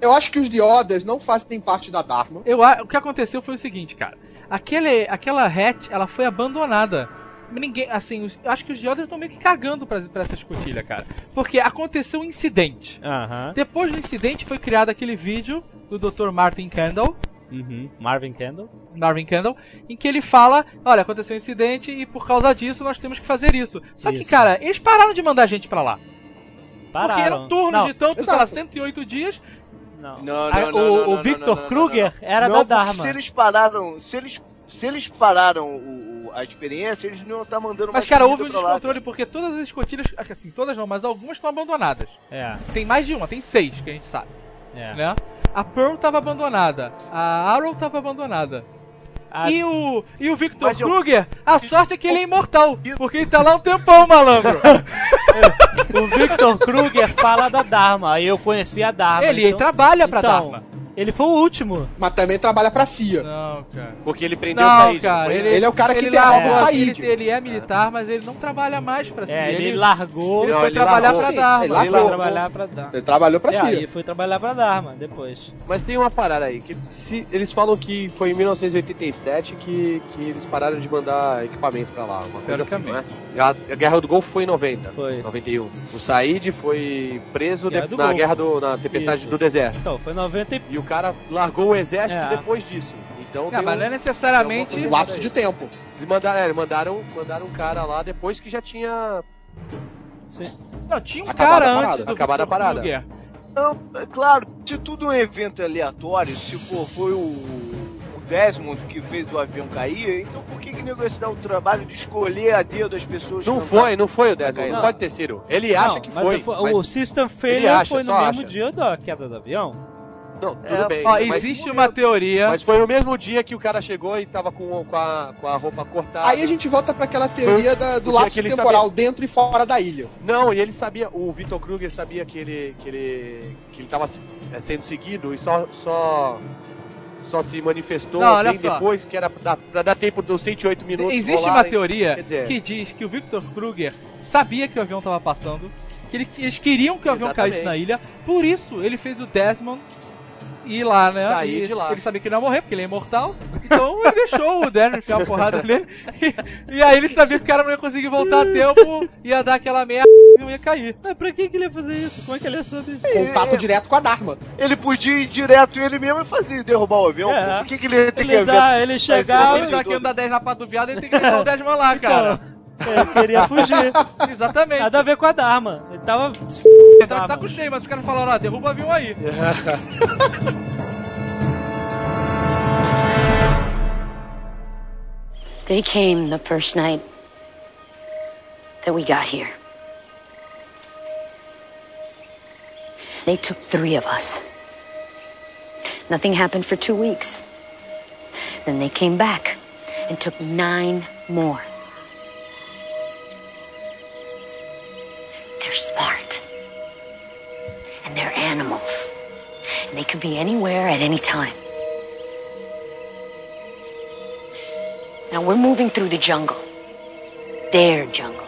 Speaker 4: Eu acho que os diodas não fazem parte da Dharma.
Speaker 3: Eu, a- o que aconteceu foi o seguinte, cara. Aquele, aquela hatch, ela foi abandonada. Ninguém, assim, os- eu acho que os Yodas estão meio que cagando pra, pra essa escotilha, cara. Porque aconteceu um incidente.
Speaker 2: Aham.
Speaker 3: Depois do incidente foi criado aquele vídeo do Dr. Martin Kendall,
Speaker 2: Uhum. Marvin Kendall.
Speaker 3: Marvin Kendall, em que ele fala, olha, aconteceu um incidente e por causa disso nós temos que fazer isso. Só que,
Speaker 2: Isso.
Speaker 3: cara, eles pararam de mandar gente pra lá. Porque
Speaker 2: Pararam.
Speaker 3: eram turnos
Speaker 2: não,
Speaker 3: de tanto, sei lá,
Speaker 4: Exato.
Speaker 3: 108 dias.
Speaker 2: não.
Speaker 8: Não,
Speaker 2: Ah,
Speaker 8: não, não,
Speaker 2: o
Speaker 8: não,
Speaker 2: o
Speaker 8: não, não,
Speaker 2: Victor
Speaker 8: não, não,
Speaker 2: Kruger era
Speaker 8: não,
Speaker 2: da
Speaker 8: porque
Speaker 2: Dharma.
Speaker 8: Se eles pararam, se eles, se eles pararam o- o- a experiência, eles não iam estar mandando
Speaker 3: Mas,
Speaker 8: mais
Speaker 3: cara,
Speaker 8: comida
Speaker 3: houve um
Speaker 8: pra lá,
Speaker 3: descontrole porque todas as escotilhas, acho que assim, todas não, mas algumas estão abandonadas.
Speaker 2: É,
Speaker 3: Tem mais de uma, tem seis que a gente sabe,
Speaker 2: é.
Speaker 3: né? A Pearl tava abandonada, a Arrow tava abandonada.
Speaker 2: A-
Speaker 3: E o e o Victor
Speaker 8: Mas eu-
Speaker 3: Kruger, a sorte é que ele é imortal, porque ele tá lá um
Speaker 2: *laughs*
Speaker 3: tempão, malandro.
Speaker 2: O Victor Kruger fala da Dharma. Aí eu conheci a Dharma.
Speaker 3: ele
Speaker 2: então-
Speaker 3: trabalha pra
Speaker 2: então,
Speaker 3: Dharma.
Speaker 2: Ele foi o último.
Speaker 4: Mas também trabalha pra CIA.
Speaker 3: Não, cara.
Speaker 5: Porque ele prendeu o
Speaker 3: Não,
Speaker 5: Said,
Speaker 3: cara,
Speaker 5: foi?
Speaker 3: ele,
Speaker 4: Ele é o cara que
Speaker 3: ele
Speaker 4: derrota
Speaker 2: o
Speaker 3: largou-
Speaker 4: Said.
Speaker 3: Ele, ele é militar, mas ele não trabalha mais pra si.
Speaker 2: É, ele,
Speaker 3: ele,
Speaker 2: largou.
Speaker 3: ele
Speaker 5: Não,
Speaker 3: foi
Speaker 5: Assim, ele
Speaker 3: trabalhar
Speaker 5: largou.
Speaker 3: pra
Speaker 4: Sim,
Speaker 3: Dharma.
Speaker 4: ele
Speaker 2: Ele
Speaker 4: largou.
Speaker 2: foi trabalhar pra Dharma.
Speaker 4: Ele trabalhou pra
Speaker 2: É,
Speaker 4: CIA.
Speaker 2: aí foi trabalhar pra Dharma depois.
Speaker 5: Mas tem uma parada aí, que se, eles falam que foi em 1987 que, que eles pararam de mandar equipamentos pra lá, uma coisa assim, né?
Speaker 3: Teoricamente.
Speaker 5: A, a Guerra do Golfo foi em 90,
Speaker 2: Foi.
Speaker 5: 91. O Said foi preso
Speaker 2: Guerra
Speaker 5: de-
Speaker 2: do
Speaker 5: na
Speaker 2: Golfo.
Speaker 5: Guerra do, na Tempestade
Speaker 2: Isso.
Speaker 5: do Deserto.
Speaker 2: Então, foi 90 e...
Speaker 5: E o cara largou o exército
Speaker 2: É.
Speaker 5: depois disso. Então
Speaker 3: Cara,
Speaker 5: tem
Speaker 3: mas
Speaker 5: um-
Speaker 3: não é necessariamente...
Speaker 4: Um lapso de tempo.
Speaker 5: eles mandaram, é, eles mandaram, mandaram um cara lá depois que já tinha...
Speaker 3: Não, tinha um
Speaker 4: Acabada
Speaker 3: cara
Speaker 4: a parada.
Speaker 3: antes do
Speaker 5: Acabada a
Speaker 3: Victor
Speaker 5: parada.
Speaker 3: Kruger.
Speaker 8: Não, é claro, se tudo é um evento aleatório, se pô, foi o, o Desmond que fez o avião cair, então por que que o nego ia se dar o trabalho de escolher a dedo das pessoas que
Speaker 5: Não
Speaker 8: tá-
Speaker 5: foi, não foi o Desmond,
Speaker 2: Não.
Speaker 5: não pode ter sido. Ele acha
Speaker 2: Não,
Speaker 5: que
Speaker 2: mas
Speaker 5: foi,
Speaker 2: foi-
Speaker 5: mas-
Speaker 2: O System Failure
Speaker 5: acha,
Speaker 2: foi no
Speaker 5: só
Speaker 2: mesmo
Speaker 5: acha.
Speaker 2: dia da queda do avião.
Speaker 5: Não, tudo
Speaker 8: É,
Speaker 5: bem.
Speaker 3: Ó,
Speaker 5: mas-
Speaker 3: existe uma teoria...
Speaker 5: Mas foi no mesmo dia que o cara chegou e tava com, com, a, com a roupa
Speaker 2: Tá.
Speaker 5: cortada.
Speaker 4: Aí a gente volta pra aquela teoria da- do
Speaker 5: Porque
Speaker 4: lapso
Speaker 5: aquele
Speaker 4: temporal dentro e fora da ilha.
Speaker 5: Não, e ele sabia, o Vitor Kruger sabia que ele, que ele, que ele tava se- se- sendo seguido e só, só, só se manifestou
Speaker 3: Não, olha
Speaker 5: bem
Speaker 3: só.
Speaker 5: depois, que era pra dar, pra dar tempo dos 108 minutos.
Speaker 3: Existe uma
Speaker 5: rolarem.
Speaker 3: teoria
Speaker 5: Quer dizer-
Speaker 3: que diz que o Victor Kruger sabia que o avião estava passando, que ele- que eles queriam que o avião caísse
Speaker 5: Exatamente.
Speaker 3: na ilha, por isso ele fez o Desmond ir lá, né?
Speaker 5: Sair
Speaker 3: E
Speaker 5: de lá.
Speaker 3: Ele sabia que ele não ia morrer, porque ele é imortal, então ele deixou o Desmond enfiar a porrada *laughs* nele, e, e aí ele sabia que o cara não ia conseguir voltar a tempo, ia dar aquela merda e não ia cair.
Speaker 2: Mas pra que, que ele ia fazer isso? Como é que ele ia saber?
Speaker 4: Contato direto com a Dharma.
Speaker 2: né?
Speaker 8: Ele podia ir direto ele mesmo e fazer derrubar o avião.
Speaker 2: É.
Speaker 8: pô. Por que que ele ia ter que
Speaker 2: Ele,
Speaker 8: avião?
Speaker 2: dá, ele
Speaker 8: Ah,
Speaker 2: chegar...
Speaker 3: Ele já que anda 10 na pata do viado, ele tem que deixar o Desmond lá,
Speaker 2: Então,
Speaker 3: cara.
Speaker 2: ele queria
Speaker 5: *laughs*
Speaker 2: fugir.
Speaker 3: Exatamente.
Speaker 2: Nada a ver com a Dharma. Ele tava...
Speaker 3: Tá É. Ele tava de saco cheio, mas os caras falaram, ó, derruba o avião aí.
Speaker 10: They came the first night that we got here. They took three of us. Nothing happened for two weeks. Then they came back and took nine more. They're smart. And they're animals. And they could be anywhere at any time. Now we're moving through the jungle. Their jungle.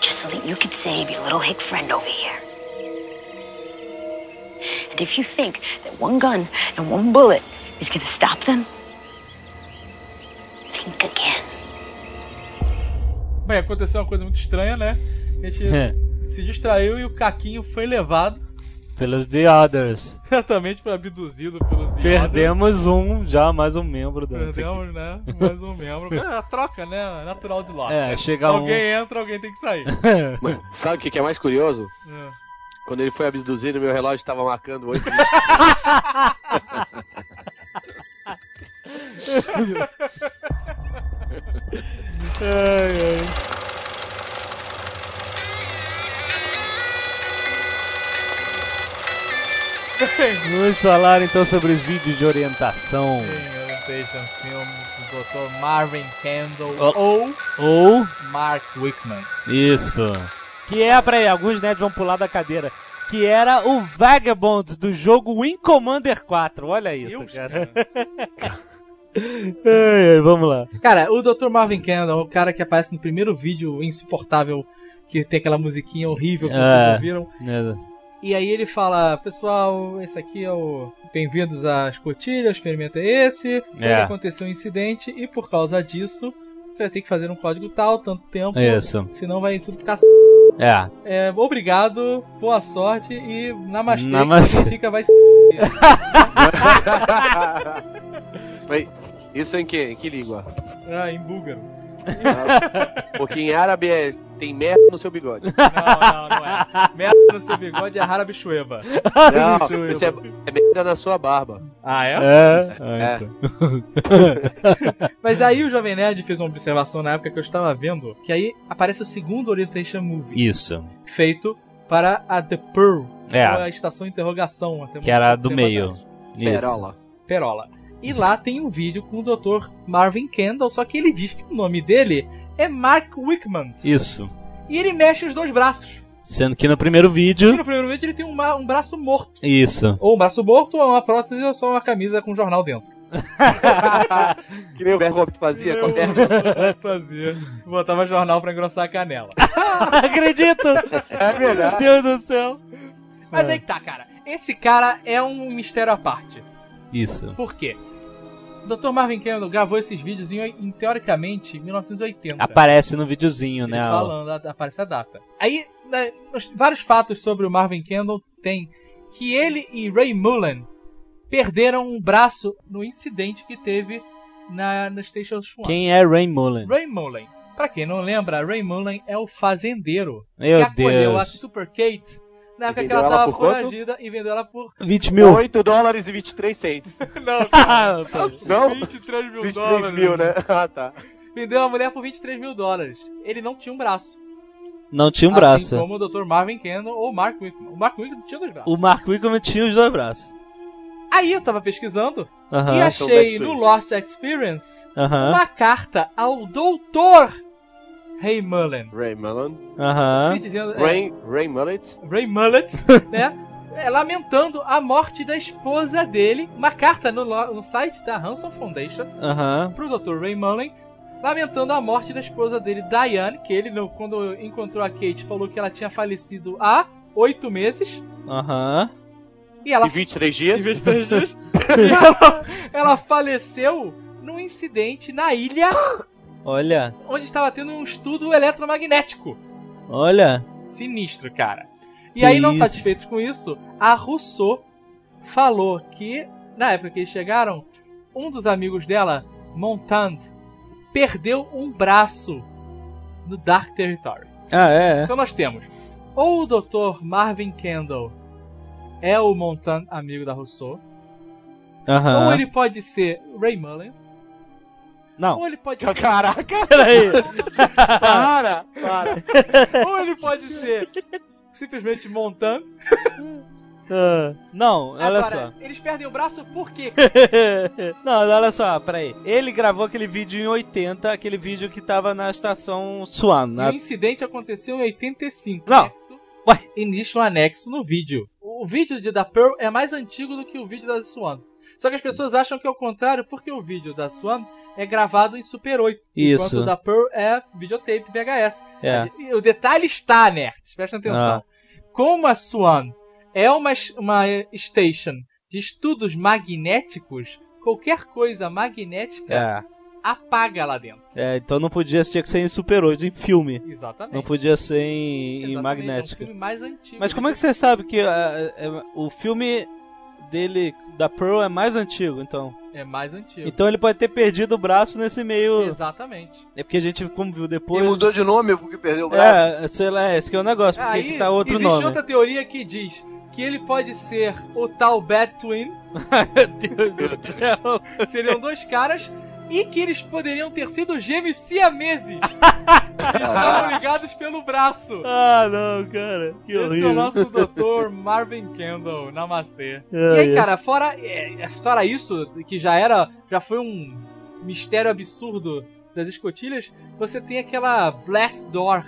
Speaker 10: Just so that you could save your little hick friend over here. And if you think that one gun and one bullet is gonna stop them, think again.
Speaker 3: Bem, aconteceu uma coisa muito estranha, né? A gente
Speaker 2: É.
Speaker 3: se distraiu e o Caquinho foi levado
Speaker 2: *laughs*
Speaker 3: *laughs*
Speaker 2: Pelos The Others.
Speaker 3: certamente foi abduzido pelos The
Speaker 2: Perdemos um, já mais um membro da.
Speaker 3: Others. Perdemos, né? Mais um membro. É a troca, né? Natural de Lost.
Speaker 2: É, chega um.
Speaker 3: alguém entra, alguém tem que
Speaker 2: *laughs*
Speaker 3: sair.
Speaker 5: *laughs* Mano, sabe o que, que é mais curioso?
Speaker 3: É.
Speaker 5: Quando ele foi abduzido, meu relógio tava marcando 8 *laughs*
Speaker 2: Vamos falar então sobre os vídeos de orientação.
Speaker 3: Orientation Films, Dr. Marvin Kendall
Speaker 2: Oh.
Speaker 3: ou
Speaker 2: Ou.
Speaker 3: Mark Wickman.
Speaker 2: Isso. Que é, peraí, alguns nerds vão pular da cadeira. Que era o Vagabond do jogo Wing Commander 4. Olha isso,
Speaker 3: Deus,
Speaker 2: cara. é um- Ai, ai, vamos lá.
Speaker 3: Cara, o Dr. Marvin Kendall, o cara que aparece no primeiro vídeo insuportável, que tem aquela musiquinha horrível que
Speaker 2: É.
Speaker 3: vocês ouviram.
Speaker 2: É,
Speaker 3: E aí ele fala, pessoal, esse aqui é o. Bem-vindos à escotilha, o experimento é esse. Só
Speaker 2: É.
Speaker 3: que aconteceu um incidente e por causa disso, você vai ter que fazer um código tal, tanto tempo.
Speaker 2: É Isso.
Speaker 3: Senão vai tudo pra
Speaker 2: É.
Speaker 3: É, obrigado, boa sorte e namastê.
Speaker 2: Namastê.
Speaker 3: que Fica, vai se-
Speaker 5: Isso é em que? Em que língua?
Speaker 3: Ah, em búlgaro.
Speaker 5: Porque em árabe é tem merda no seu bigode.
Speaker 3: Não, não, não
Speaker 2: *laughs*
Speaker 3: é. Merda no seu bigode é rara bichueva.
Speaker 5: Não, isso é, é merda na sua barba.
Speaker 3: Ah,
Speaker 2: É. Ah, então.
Speaker 3: Mas aí o Jovem Nerd fez uma observação na época que eu estava vendo, que aí aparece o segundo Orientation Movie,
Speaker 2: Isso.
Speaker 3: feito para a The Pearl, ou
Speaker 2: É.
Speaker 3: a Estação Interrogação. Até
Speaker 2: Que era a
Speaker 3: muito
Speaker 2: do
Speaker 3: tempo
Speaker 2: meio.
Speaker 3: atrás.
Speaker 2: Isso.
Speaker 3: Perola. E lá tem um vídeo com o Dr. Marvin Kendall, só que ele diz que o nome dele é Mark Wickman.
Speaker 2: Isso.
Speaker 3: E ele mexe os dois braços.
Speaker 2: Sendo que no primeiro
Speaker 3: E
Speaker 2: vídeo.
Speaker 3: no primeiro vídeo ele tem um, ma- um braço morto.
Speaker 2: Isso.
Speaker 3: Ou um braço morto, ou uma prótese, ou só uma camisa com um jornal dentro.
Speaker 5: Que nem o Berto fazia com a perna.
Speaker 3: *laughs* Fazia. Botava jornal pra engrossar a canela.
Speaker 2: *laughs* Acredito!
Speaker 5: É verdade.
Speaker 2: Meu Deus do céu.
Speaker 3: *laughs* Mas aí que tá, cara. Esse cara é um mistério à parte.
Speaker 2: Isso.
Speaker 3: Por quê? O Dr. Marvin Kendall gravou esses vídeos em, em, teoricamente, 1980.
Speaker 2: Aparece no videozinho,
Speaker 3: Ele
Speaker 2: né? o-
Speaker 3: falando, a- aparece a data. Aí, né, os- vários fatos sobre o Marvin Kendall tem que ele e Ray Mullen perderam um braço no incidente que teve na, no Station Swan.
Speaker 2: Quem é Ray Mullen?
Speaker 3: Ray Mullen. Pra quem não lembra, Ray Mullen é o fazendeiro
Speaker 2: Meu
Speaker 3: que acolheu a
Speaker 2: Deus.
Speaker 3: Super Kate na época que
Speaker 5: vendeu
Speaker 3: ela
Speaker 5: ela
Speaker 3: tava
Speaker 5: por quanto?
Speaker 3: foragida e vendeu ela por
Speaker 2: 20 mil.
Speaker 5: 8 dólares e 23 *laughs* cents. Não?
Speaker 3: 23 mil
Speaker 5: 23 mil, né? *laughs* Ah, tá.
Speaker 3: Vendeu a mulher por 23 mil dólares. Ele não tinha um braço.
Speaker 2: Não tinha um
Speaker 3: Assim
Speaker 2: braço.
Speaker 3: como o Dr. Marvin Kendall ou o Mark Wickman. O Mark Wickman tinha dois braços.
Speaker 2: O Mark Wickham tinha os dois braços.
Speaker 3: Aí eu tava pesquisando e
Speaker 2: Aham.
Speaker 5: então that's
Speaker 3: achei no
Speaker 5: twist.
Speaker 3: Lost Experience
Speaker 2: Aham.
Speaker 3: uma carta ao Dr. Ray Mullen.
Speaker 5: Ray Mullen.
Speaker 3: Se
Speaker 2: Aham.
Speaker 3: dizendo, é,
Speaker 5: Ray, Ray Mullet.
Speaker 3: Ray Mullet, né? É, lamentando a morte da esposa dele. Uma carta no, lo- no site da Hanson Foundation
Speaker 2: Aham.
Speaker 3: pro Dr. Ray Mullen, lamentando a morte da esposa dele, Diane, que ele, no- quando encontrou a Kate, falou que ela tinha falecido há oito meses.
Speaker 2: Aham.
Speaker 3: E ela,
Speaker 5: E 23 *laughs* dias.
Speaker 3: e ela, *laughs* ela faleceu num incidente na ilha
Speaker 2: Olha.
Speaker 3: onde estava tendo um estudo eletromagnético.
Speaker 2: Olha.
Speaker 3: Sinistro, cara. E
Speaker 2: Que
Speaker 3: aí, não
Speaker 2: isso.
Speaker 3: satisfeitos com isso, a Rousseau falou que, na época que eles chegaram, um dos amigos dela, Montand, perdeu um braço no Dark Territory.
Speaker 2: Ah, é. é.
Speaker 3: Então nós temos ou o Dr. Marvin Kendall é o Montan amigo da Rousseau, ou
Speaker 2: Aham.
Speaker 3: ele pode ser Ray Mullen,
Speaker 2: Não.
Speaker 3: Ou ele pode
Speaker 6: Caraca,
Speaker 2: *laughs* Peraí. Tá.
Speaker 6: para, para.
Speaker 3: Ou ele pode ser simplesmente montando.
Speaker 2: *laughs* Ah, não, olha
Speaker 3: Agora,
Speaker 2: só. *laughs*
Speaker 3: eles perdem o braço por quê?
Speaker 2: não, olha só, peraí. Ele gravou aquele vídeo em 80, aquele vídeo que tava na estação Swan.
Speaker 3: E
Speaker 2: na-
Speaker 3: O incidente aconteceu em 85.
Speaker 2: Não.
Speaker 3: Anexo.
Speaker 2: Ué.
Speaker 3: Existe um anexo no vídeo. O vídeo de, da Pearl é mais antigo do que o vídeo da Swan. Só que as pessoas acham que é o contrário, porque o vídeo da Swan é gravado em Super 8. Enquanto
Speaker 2: Isso.
Speaker 3: o da Pearl é videotape VHS.
Speaker 2: É. Ah.
Speaker 3: E o detalhe está, nerds, prestem atenção. Como a Swan é uma, es- uma station de estudos magnéticos, qualquer coisa magnética
Speaker 2: É.
Speaker 3: apaga lá dentro.
Speaker 2: É, então não podia, tinha que ser em Super 8, em filme.
Speaker 3: Exatamente.
Speaker 2: Não podia ser em, em
Speaker 3: Exatamente, É
Speaker 2: magnética.
Speaker 3: um filme mais antigo.
Speaker 2: Mas como é que você sabe que ah, é, o filme dele, da Pearl, é mais antigo, então?
Speaker 3: É mais antigo.
Speaker 2: Então ele pode ter perdido o braço nesse meio.
Speaker 3: Exatamente.
Speaker 2: É porque a gente, como viu
Speaker 6: E
Speaker 2: depois.
Speaker 6: mudou de nome porque perdeu o braço.
Speaker 2: É, sei lá, esse que é o negócio, porque
Speaker 3: Aí
Speaker 2: que tá outro
Speaker 3: existe
Speaker 2: nome.
Speaker 3: outra teoria que diz que ele pode ser o tal Bad Twin,
Speaker 2: Meu Deus do céu.
Speaker 3: seriam dois caras, e que eles poderiam ter sido gêmeos
Speaker 2: *laughs*
Speaker 3: siameses. que estavam ligados pelo braço.
Speaker 2: *laughs* Ah, não, cara. Que
Speaker 3: Esse é o
Speaker 2: horrível.
Speaker 3: nosso doutor Marvin Kendall, namastê. E
Speaker 2: Ai,
Speaker 3: aí, cara, fora, é, é, fora isso, que já era, já foi um mistério absurdo das escotilhas, você tem aquela Blast Door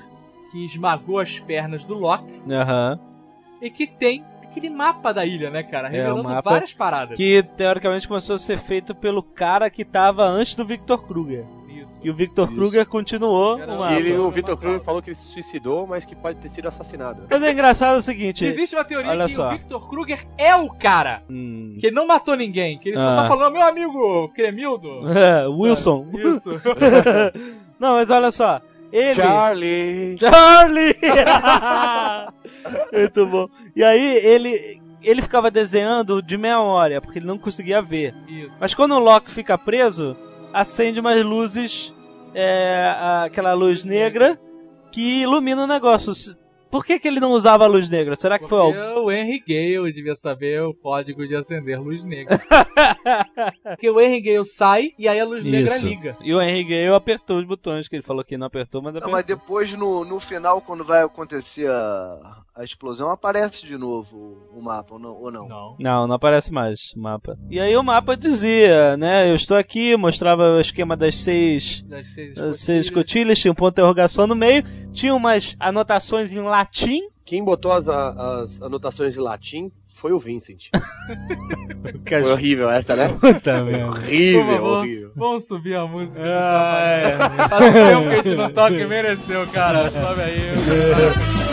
Speaker 3: que esmagou as pernas do Loki
Speaker 2: Aham.
Speaker 3: e que tem aquele mapa da ilha, né, cara?
Speaker 2: É,
Speaker 3: Revelando
Speaker 2: o mapa
Speaker 3: várias paradas.
Speaker 2: Que teoricamente começou a ser feito pelo cara que tava antes do Victor Kruger.
Speaker 3: Isso.
Speaker 2: E o Victor Kruger continuou o
Speaker 3: Era- um
Speaker 2: mapa.
Speaker 5: E ele,
Speaker 3: Matou.
Speaker 5: o Vitor Cruz falou que ele se suicidou, mas que pode ter sido assassinado.
Speaker 2: Mas é engraçado o seguinte.
Speaker 3: Existe uma teoria
Speaker 2: Olha
Speaker 3: que
Speaker 2: só.
Speaker 3: o Victor Kruger é o cara,
Speaker 2: Hum. *laughs*
Speaker 3: que ele não matou ninguém, que ele só
Speaker 2: Ah.
Speaker 3: tá falando, meu amigo
Speaker 2: *laughs*
Speaker 3: Cremildo.
Speaker 2: É, Wilson.
Speaker 3: Isso. *laughs*
Speaker 2: Não, mas olha só. Ele.
Speaker 5: Charlie!
Speaker 2: Charlie! *laughs* Muito bom. E aí, ele. Ele ficava desenhando de memória, porque ele não conseguia ver.
Speaker 3: Isso.
Speaker 2: Mas quando o Loki fica preso, acende umas luzes, é, aquela luz negra, que ilumina o negócio. S- Por que, que ele não usava a luz negra? Será que foi
Speaker 3: Porque
Speaker 2: algum.
Speaker 3: o Henry Gale devia saber o código de acender
Speaker 2: *laughs*
Speaker 3: luz negra. Porque o Henry Gale sai e aí a luz negra
Speaker 2: Isso.
Speaker 3: liga.
Speaker 2: E o Henry Gale apertou os botões, que ele falou que não apertou, mas
Speaker 6: Não,
Speaker 2: apertou.
Speaker 6: mas depois, no, no final, quando vai acontecer a, a explosão, aparece de novo o mapa, ou não? Ou não?
Speaker 3: Não.
Speaker 2: Não, não aparece mais o mapa. E aí o mapa dizia, né? Eu estou aqui, mostrava o esquema das seis,
Speaker 3: Das seis
Speaker 2: das seis
Speaker 3: escotilhas.
Speaker 2: escotilhas, tinha um ponto de interrogação no meio, tinha umas anotações em latim.
Speaker 5: Quem botou as, a- as anotações de latim foi o
Speaker 2: *laughs*
Speaker 5: Vincent.
Speaker 2: Que a
Speaker 5: Foi horrível essa, né?
Speaker 2: puta, meu.
Speaker 3: Por
Speaker 5: Horrível,
Speaker 3: favor.
Speaker 5: horrível.
Speaker 3: Vamos subir a música.
Speaker 2: Ah, é.
Speaker 3: Faz um tempo que a gente não toca e mereceu, cara. Sobe aí.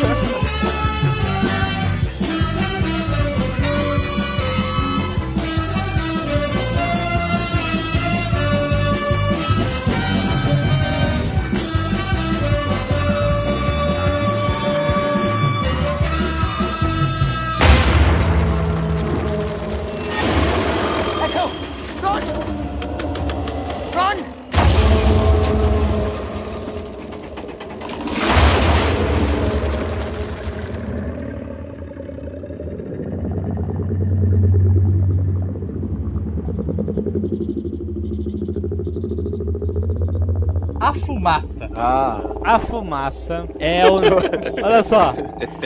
Speaker 9: Echo! Run! Run!
Speaker 2: É.
Speaker 3: A fumaça.
Speaker 5: Ah,
Speaker 2: A fumaça é o. Olha só.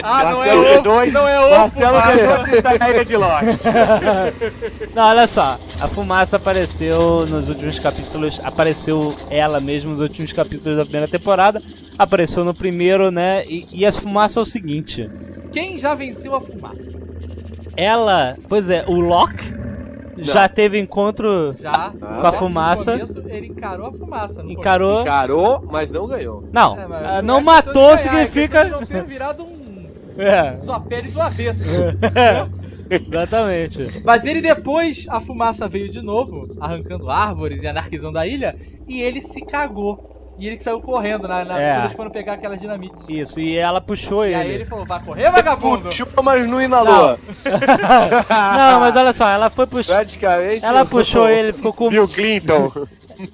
Speaker 3: Ah, não é
Speaker 5: Marcelo
Speaker 3: o.
Speaker 5: D2,
Speaker 3: Não é o.
Speaker 5: Marcelo
Speaker 3: fumaça.
Speaker 5: D2 da ilha de Lost.
Speaker 2: Não, olha só. A fumaça apareceu nos últimos capítulos. Apareceu ela mesmo nos últimos capítulos da primeira temporada. Apareceu no primeiro, né? E, e a fumaça é o seguinte.
Speaker 3: Quem já venceu a fumaça?
Speaker 2: Ela, pois é, o Locke já teve encontro.
Speaker 3: Já.
Speaker 2: Com a fumaça.
Speaker 3: No começo, ele encarou a fumaça. no
Speaker 2: Encarou.
Speaker 5: Encarou, mas não ganhou.
Speaker 2: Não,
Speaker 3: começo. É, mas
Speaker 2: ah, não
Speaker 3: é questão de
Speaker 2: matou
Speaker 3: ganhar, É
Speaker 2: significa.
Speaker 3: questão de não ter virado
Speaker 2: *laughs*
Speaker 3: um.
Speaker 2: É,
Speaker 3: Sua pele do avesso.
Speaker 2: *laughs* exatamente.
Speaker 3: Mas ele depois, a fumaça veio de novo, arrancando árvores e anarquizando a ilha, e ele se cagou. E ele que saiu correndo na, na-
Speaker 2: É.
Speaker 3: quando eles foram pegar aquelas dinamites.
Speaker 2: Isso, e ela puxou
Speaker 3: E
Speaker 2: ele.
Speaker 3: aí
Speaker 2: *laughs*
Speaker 3: ele falou, vai correr,
Speaker 8: Tipo,
Speaker 3: vagabundo!
Speaker 6: Chupa, mas não inalou.
Speaker 2: Não, mas olha só, ela foi puxar.
Speaker 5: Praticamente.
Speaker 2: Ela puxou ele, ficou com.
Speaker 5: Bill Clinton.
Speaker 2: *laughs*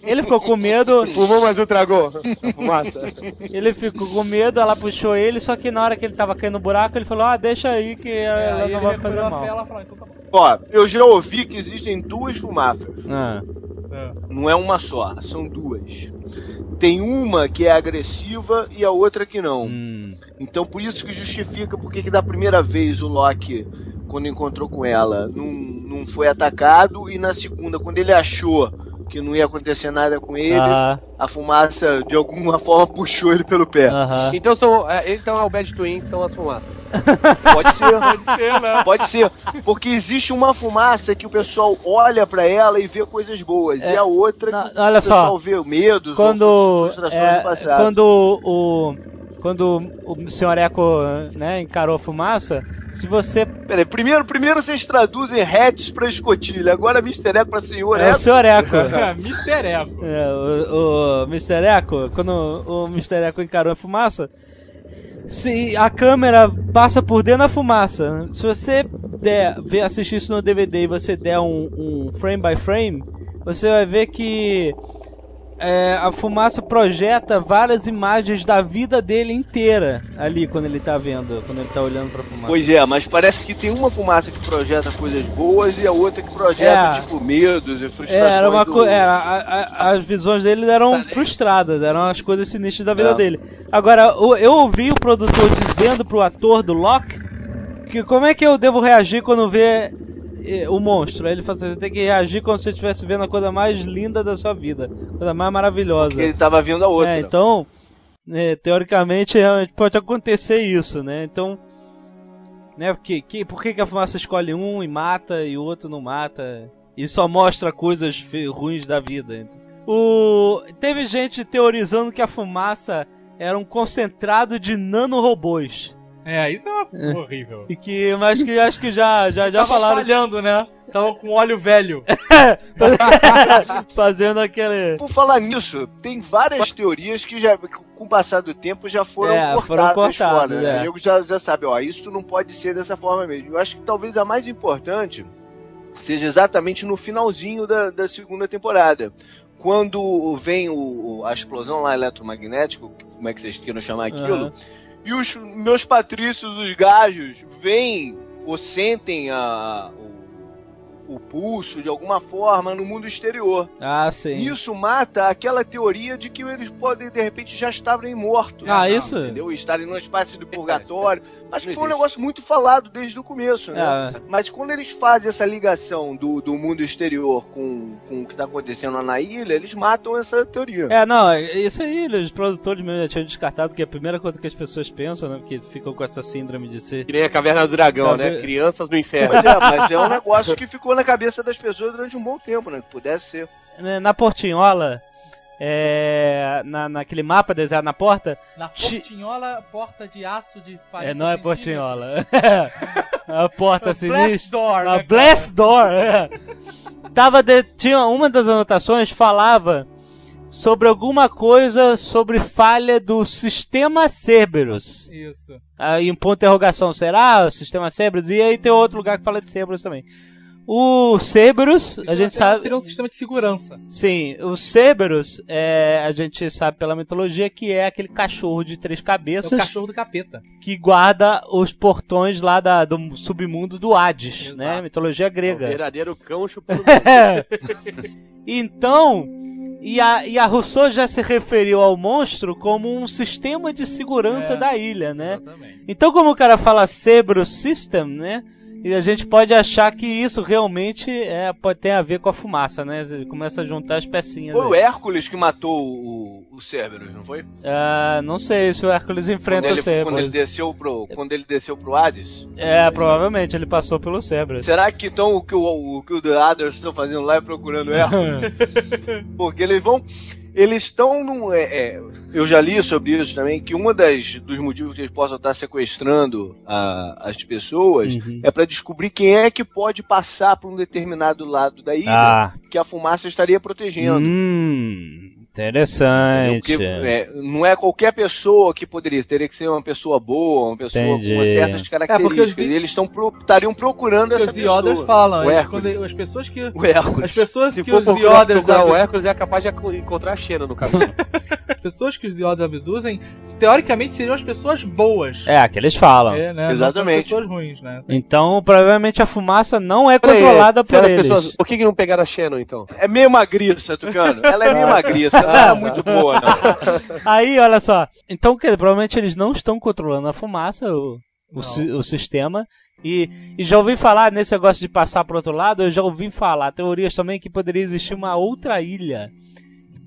Speaker 2: Ele ficou com medo.
Speaker 5: Fumou,
Speaker 3: um
Speaker 5: mas não tragou. A Fumaça.
Speaker 2: Ele ficou com medo, ela puxou ele, só que na hora que ele tava caindo no buraco, ele falou, ah, deixa aí que
Speaker 3: É, Aí
Speaker 2: ela
Speaker 3: ele
Speaker 2: não vai
Speaker 3: recolheu
Speaker 2: fazer
Speaker 3: a
Speaker 2: mal.
Speaker 3: fé, ela falou, então tá bom.
Speaker 6: Ó, eu já ouvi que existem duas fumaças.
Speaker 2: Ah,
Speaker 3: É.
Speaker 8: Não é uma só, são duas. Tem uma que é agressiva e a outra que não.
Speaker 2: hum.
Speaker 8: Então por isso que justifica porque que da primeira vez o Loki, quando encontrou com ela, não, não foi atacado e na segunda, quando ele achou que não ia acontecer nada com ele,
Speaker 2: Aham,
Speaker 8: a fumaça de alguma *laughs* forma puxou ele pelo pé.
Speaker 2: aham.
Speaker 5: Então, são, é, então é o Bad Twin, são as fumaças.
Speaker 8: Pode ser. *laughs* Pode ser, né? Pode ser. Porque existe uma fumaça que o pessoal olha pra ela e vê coisas boas.
Speaker 2: É.
Speaker 8: E a outra
Speaker 2: Na-
Speaker 8: que
Speaker 2: olha
Speaker 8: o pessoal
Speaker 2: só.
Speaker 8: vê medos ou
Speaker 2: Quando.
Speaker 8: frustrações
Speaker 2: é,
Speaker 8: do passado.
Speaker 2: quando o. Quando o senhor Eco né, encarou a fumaça, se você.
Speaker 8: Peraí, primeiro, primeiro vocês traduzem hats pra escotilha, agora Mr. Eco pra senhor
Speaker 2: É o
Speaker 8: Eco.
Speaker 2: senhor Eco.
Speaker 8: *laughs*
Speaker 3: *laughs* Mr. Ego.
Speaker 2: É, o, o Mr. Echo, quando o Mr. Echo encarou a fumaça, se a câmera passa por dentro da fumaça, né? se você der, ver, assistir isso no DVD e você der um, um frame by frame, você vai ver que é, a fumaça projeta várias imagens da vida dele inteira ali quando ele tá vendo, quando ele tá olhando pra fumaça.
Speaker 8: Pois é, mas parece que tem uma fumaça que projeta coisas boas e a outra que projeta,
Speaker 2: É.
Speaker 8: tipo, medos e
Speaker 2: É,
Speaker 8: frustrações.
Speaker 2: era uma
Speaker 8: do-
Speaker 2: co... era, a- a- as visões dele eram frustradas, eram as coisas sinistras da vida
Speaker 8: É.
Speaker 2: dele. Agora, o- eu ouvi o produtor dizendo pro ator do Loki que como é que eu devo reagir quando vê eh, o monstro. Aí ele falou assim, você tem que reagir como se você estivesse vendo a coisa mais linda da sua vida, a coisa mais maravilhosa.
Speaker 8: que ele tava vendo a outra.
Speaker 2: É, então, né, teoricamente, realmente pode acontecer isso, né? Então, né, porque, que, por que, que a fumaça escolhe um e mata e o outro não mata? E só mostra coisas fe- ruins da vida. então. O, teve gente teorizando que a fumaça era um concentrado de nanorobôs.
Speaker 11: É, isso é uma... horrível.
Speaker 2: E que, mas que acho que já, já, já
Speaker 3: Tava
Speaker 2: falaram
Speaker 3: falhando, né? Tava com óleo velho.
Speaker 2: *laughs* fazendo aquele.
Speaker 8: Por falar nisso, tem várias teorias que já, que com o passar do tempo já foram
Speaker 2: É,
Speaker 8: cortadas,
Speaker 2: foram cortadas,
Speaker 8: fora.
Speaker 2: é.
Speaker 8: né? O nego já, já sabe, ó, isso não pode ser dessa forma mesmo. Eu acho que talvez a mais importante seja exatamente no finalzinho da, da segunda temporada. Quando vem o, o- a explosão lá eletromagnética, como é que vocês queiram chamar aquilo,
Speaker 2: Aham.
Speaker 8: e os meus patrícios, os gajos, veem ou sentem a, o, o pulso de alguma forma no mundo exterior.
Speaker 2: Ah, sim.
Speaker 8: Isso mata aquela teoria de que eles podem, de repente, já estarem mortos.
Speaker 2: Ah, isso?
Speaker 8: Entendeu? Estarem numa espécie de purgatório. Acho
Speaker 5: Não
Speaker 8: que foi um
Speaker 5: existe.
Speaker 8: negócio muito falado desde o começo, né?
Speaker 2: Ah,
Speaker 8: Mas quando eles fazem essa ligação do, do mundo exterior com, com o que tá acontecendo lá na ilha, eles matam essa teoria.
Speaker 2: É, não, isso aí, né, os produtores mesmo já tinham descartado, que é a primeira coisa que as pessoas pensam, né? Porque ficam com essa síndrome de ser.
Speaker 5: Que nem a Caverna do Dragão, né?
Speaker 2: Caverna-
Speaker 5: Crianças no Inferno.
Speaker 8: Pois é, mas é um negócio que ficou na cabeça das pessoas durante um bom tempo, né? Que pudesse ser.
Speaker 2: né, Na Portinhola, é, na, naquele mapa desenhado na porta. *laughs*
Speaker 3: Na
Speaker 2: Chi-
Speaker 3: portinhola, porta de aço de
Speaker 2: É,
Speaker 3: farinha.
Speaker 2: não é Portinhola. *laughs* é a porta sinistra.
Speaker 3: É Door,
Speaker 2: A
Speaker 3: né,
Speaker 2: Blast Door, é. Tava de- tinha uma das anotações falava sobre alguma coisa sobre falha do sistema Cerberus.
Speaker 3: cara? Isso.
Speaker 2: Aí um ponto de interrogação, será? O sistema Cerberus? E aí tem outro lugar que fala de Cerberus também. O Cerberus, a gente sabe.
Speaker 3: Seria um sistema de segurança.
Speaker 2: Sim, o Cerberus, é, a gente sabe pela mitologia que é aquele cachorro de três
Speaker 3: É o
Speaker 2: cabeças
Speaker 3: cachorro do capeta.
Speaker 2: que guarda os portões lá da- do submundo do Hades,
Speaker 3: Exato.
Speaker 2: né? Mitologia
Speaker 5: É o
Speaker 2: grega.
Speaker 5: verdadeiro cão chupando.
Speaker 2: Então, e a, e a Rousseau já se referiu ao monstro como um sistema de segurança
Speaker 3: É.
Speaker 2: da ilha, né?
Speaker 3: Exatamente.
Speaker 2: Então, como o cara fala Sebro System, né? E a gente pode achar que isso realmente é, pode ter a ver com a fumaça, né? Você começa a juntar as pecinhas.
Speaker 8: Foi o
Speaker 2: aí.
Speaker 8: Hércules que matou o, o Cerberus, não foi?
Speaker 2: Ah, não sei se o Hércules
Speaker 8: Quando
Speaker 2: enfrenta o
Speaker 8: ele, quando, ele
Speaker 2: Cerberus.
Speaker 8: desceu pro, quando ele desceu pro Hades.
Speaker 2: É, provavelmente ele passou pelo Cerberus.
Speaker 8: Será que então o que o, o que o The Others estão fazendo lá é
Speaker 3: *laughs*
Speaker 8: procurando ela? Porque eles vão. Eles estão num. é, é, eu já li sobre isso também, que um das, dos motivos que eles possam estar sequestrando a- as pessoas
Speaker 2: Uhum.
Speaker 8: é para descobrir quem é que pode passar por um determinado lado da ilha
Speaker 2: Ah,
Speaker 8: que a fumaça estaria protegendo.
Speaker 2: hum,
Speaker 3: Hum,
Speaker 2: Interessante.
Speaker 8: Porque, é, não é qualquer pessoa que poderia, teria que ser uma pessoa boa, uma pessoa
Speaker 2: Entendi.
Speaker 8: com certas
Speaker 3: É, porque os
Speaker 8: características.
Speaker 3: vi-
Speaker 8: Eles estão pro- estariam procurando
Speaker 3: Porque
Speaker 8: essa
Speaker 3: os Yodas
Speaker 8: pessoa.
Speaker 3: falam,
Speaker 8: o
Speaker 3: eles-
Speaker 8: Hércules.
Speaker 3: quando eles- as pessoas que.
Speaker 8: O Hércules.
Speaker 3: As pessoas
Speaker 5: Se
Speaker 3: que
Speaker 5: for
Speaker 3: os
Speaker 5: procurar,
Speaker 3: Yodas.
Speaker 5: procurar o
Speaker 3: abdu-
Speaker 5: Hércules, é capaz de acu- encontrar a Xena no caminho.
Speaker 3: As pessoas que os Yodas abduzem, teoricamente seriam as pessoas boas.
Speaker 2: É, que eles falam.
Speaker 3: É, né? Não são
Speaker 5: Exatamente.
Speaker 3: pessoas ruins, *laughs* né?
Speaker 2: Então, provavelmente a fumaça não é
Speaker 5: Peraí,
Speaker 2: controlada por
Speaker 5: será as
Speaker 2: eles.
Speaker 5: pessoas- Por que, que não pegaram a Xena, então?
Speaker 8: É meio magriça, Tucano. Ela é meio magriça, ela é muito boa, não.
Speaker 2: Aí, olha só. Então, quer dizer, provavelmente eles não estão controlando a fumaça, o, o, si- o sistema. E, e já ouvi falar nesse negócio de passar pro outro lado, eu já ouvi falar teorias também que poderia existir uma outra ilha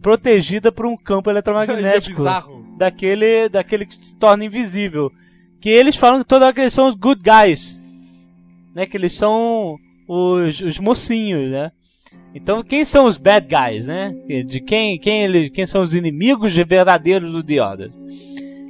Speaker 2: protegida por um campo
Speaker 3: É
Speaker 2: eletromagnético
Speaker 3: bizarro.
Speaker 2: daquele, daquele que se torna invisível. Que eles falam que toda hora que eles são os good guys. Né? Que eles são os, os mocinhos, né? Então quem são os bad guys, né? Que- De quem, quem eles, quem são os inimigos de verdadeiros do Dioda?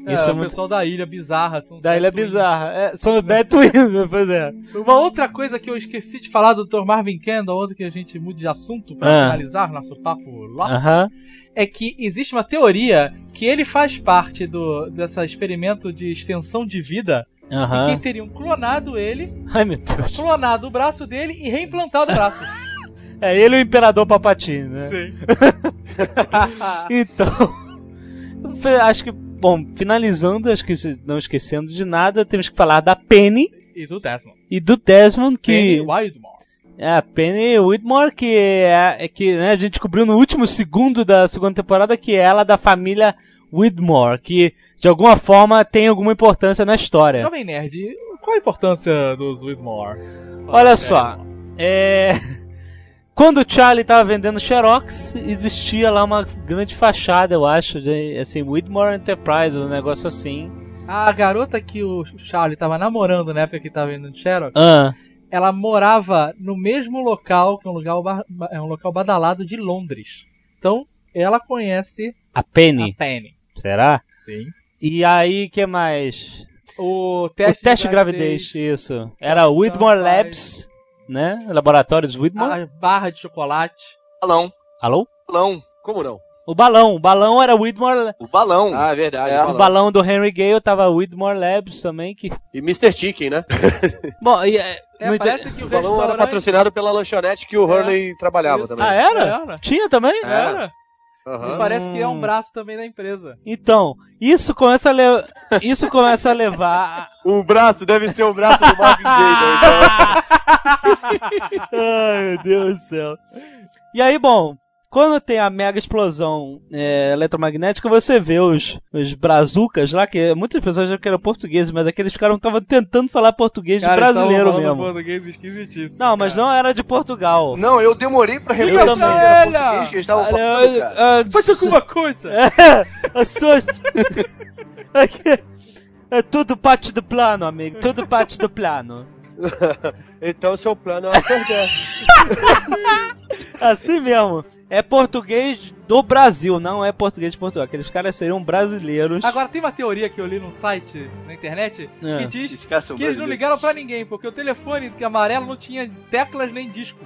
Speaker 3: É,
Speaker 2: Isso é,
Speaker 3: o
Speaker 2: muito.
Speaker 3: pessoal da ilha bizarra. São
Speaker 2: Da ilha
Speaker 3: twins.
Speaker 2: bizarra. É, são os bad twins, né? pois é.
Speaker 3: Uma outra coisa que eu esqueci de falar do Dr. Marvin Kendall, ontem que a gente mude de assunto pra
Speaker 2: Ah.
Speaker 3: finalizar nosso papo Lost,
Speaker 2: Aham.
Speaker 3: é que existe uma teoria que ele faz parte do dessa experimento de extensão de vida e
Speaker 2: Aham.
Speaker 3: que teriam clonado ele,
Speaker 2: Ai meu Deus.
Speaker 3: clonado o braço dele e reimplantado o braço.
Speaker 2: É ele e o Imperador Papatini, né?
Speaker 3: *laughs* Sim.
Speaker 2: Então, *laughs* fe- acho que, bom, finalizando, acho que se- não esquecendo de nada, temos que falar da Penny
Speaker 3: E do décimo.
Speaker 2: e do Desmond,
Speaker 3: Penny
Speaker 2: que
Speaker 3: Wildmore.
Speaker 2: é a Penny Whitmore, que, é, é que né, a gente descobriu no último segundo da segunda temporada que ela é da família Whitmore, que de alguma forma tem alguma importância na história.
Speaker 3: Jovem Nerd, qual a importância dos Widmore?
Speaker 2: Olha só, É. *laughs* Quando o Charlie tava vendendo Xerox, existia lá uma grande fachada, eu acho, de, assim, Whitmore Enterprise, um negócio assim.
Speaker 3: A garota que o Charlie tava namorando na época que tava indo no Xerox,
Speaker 2: Ah,
Speaker 3: ela morava no mesmo local, que é um local, ba- ba- é um local badalado de Londres. Então, ela conhece
Speaker 2: a Penny,
Speaker 3: a Penny.
Speaker 2: será?
Speaker 3: Sim.
Speaker 2: E aí, que mais?
Speaker 3: O teste,
Speaker 2: o teste de
Speaker 3: gravidez,
Speaker 2: gravidez, isso. Era o Whitmore
Speaker 3: Sci-fi.
Speaker 2: Labs, né? Laboratório dos Whitmore.
Speaker 3: A barra de chocolate.
Speaker 8: Balão,
Speaker 2: Alô?
Speaker 8: balão,
Speaker 5: Como não?
Speaker 2: O balão, o balão era Whitmore,
Speaker 8: o balão.
Speaker 5: Ah, é verdade.
Speaker 8: É,
Speaker 5: fala.
Speaker 2: o balão do Henry Gale tava Whitmore Labs também, que...
Speaker 5: E Mr. Chicken, né?
Speaker 2: Bom, e... é,
Speaker 3: É,
Speaker 2: não ente-
Speaker 3: parece que o,
Speaker 5: O balão era
Speaker 3: restaurante...
Speaker 5: patrocinado pela lanchonete que o
Speaker 3: É.
Speaker 5: Hurley trabalhava
Speaker 3: Isso. é?
Speaker 5: também.
Speaker 2: Ah, era?
Speaker 3: Era.
Speaker 2: Tinha também?
Speaker 5: É.
Speaker 3: Era.
Speaker 5: Aham.
Speaker 2: Ah.
Speaker 3: E parece que é um braço também da empresa.
Speaker 2: Então, isso começa a, le- *laughs* isso começa a levar.
Speaker 5: O Um braço deve ser o braço do Marvin Gaye. né?
Speaker 2: Ah, Ai, meu Deus do céu. E aí, bom, quando tem a mega explosão é, eletromagnética, você vê os, os brazucas lá, que muitas pessoas já que eram portugueses, mas aqueles caras estavam tentando falar português de
Speaker 3: eles
Speaker 2: brasileiro
Speaker 3: estavam então falando
Speaker 2: mesmo.
Speaker 3: português esquisitíssimo.
Speaker 2: Não, mas não era de Portugal.
Speaker 8: Não, eu demorei pra reconhecer que
Speaker 2: também.
Speaker 8: era português que eles estavam falando,
Speaker 2: Olha,
Speaker 8: cara.
Speaker 2: ah, *laughs*
Speaker 3: Faz alguma coisa!
Speaker 2: É, as *laughs* suas. Aqui- É tudo parte do plano, amigo. Tudo parte do plano.
Speaker 5: Então seu
Speaker 8: *laughs*
Speaker 5: plano é perder.
Speaker 2: Assim mesmo. É português do Brasil, não é português de Portugal. Aqueles caras seriam brasileiros.
Speaker 3: Agora, tem uma teoria que eu li num site na internet
Speaker 2: É.
Speaker 3: que diz
Speaker 8: Esses caras são
Speaker 3: Que eles não
Speaker 8: brasileiros.
Speaker 3: ligaram pra ninguém, porque o telefone que é amarelo não tinha teclas nem
Speaker 2: *laughs*
Speaker 3: disco.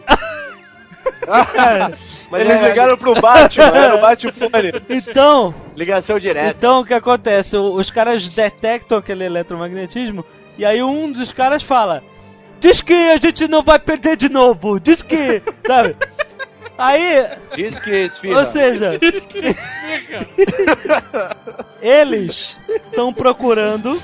Speaker 8: Mas eles
Speaker 5: é,
Speaker 8: ligaram pro Batman, era o Batfone.
Speaker 2: Então,
Speaker 5: Ligação direta.
Speaker 2: então o que acontece? O- Os caras detectam aquele eletromagnetismo e aí um dos caras fala: Diz que a gente não vai perder de novo. Diz que. *laughs* Sabe? Aí,
Speaker 5: Diz que esfirra.
Speaker 2: ou *laughs* seja. *laughs* eles estão procurando.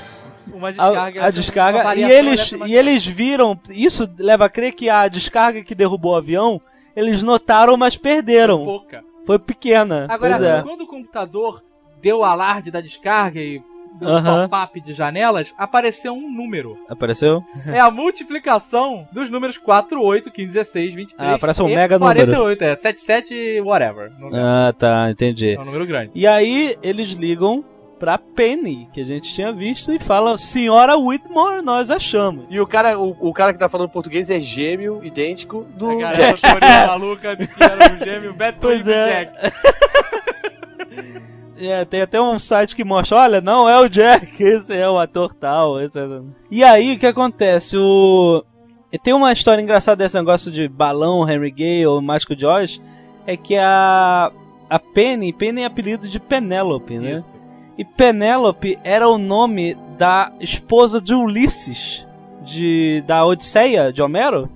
Speaker 3: Uma descarga.
Speaker 2: a, a
Speaker 3: uma
Speaker 2: descarga e
Speaker 3: variação
Speaker 2: eles e
Speaker 3: eletromagnética.
Speaker 2: eles viram isso leva a crer que a descarga que derrubou o avião eles notaram mas perderam
Speaker 3: é Pouca.
Speaker 2: foi um pequena
Speaker 3: Agora,
Speaker 2: pois é.
Speaker 3: quando o computador deu o alarde da descarga e deu um
Speaker 2: Aham.
Speaker 3: pop-up de janelas, apareceu um número.
Speaker 2: apareceu
Speaker 3: É a multiplicação dos números 4, 8, 15, 16, 23.
Speaker 2: Ah, parece um
Speaker 3: e
Speaker 2: mega número.
Speaker 3: 48, é. 77 e whatever. Não lembro.
Speaker 2: ah tá
Speaker 3: É
Speaker 2: entendi
Speaker 3: um número grande.
Speaker 2: e aí eles ligam pra Penny que a gente tinha visto e falam senhora Whitmore nós achamos
Speaker 5: E o cara, o, o cara que tá falando português é gêmeo, idêntico do.
Speaker 3: A garota teoria maluca de que era um gêmeo Beto
Speaker 2: Pois
Speaker 3: e
Speaker 2: é.
Speaker 3: Jack.
Speaker 2: É, tem até um site que mostra, olha, não é o Jack, *laughs* esse é o ator tal, esse é... E aí, o que acontece? O... e Tem uma história engraçada desse negócio de balão, Henry Gay ou Mágico de Oz, é que a... a Penny, Penny é apelido de Penélope, né? E Penélope era o nome da esposa de Ulisses, de, da Odisseia, de Homero.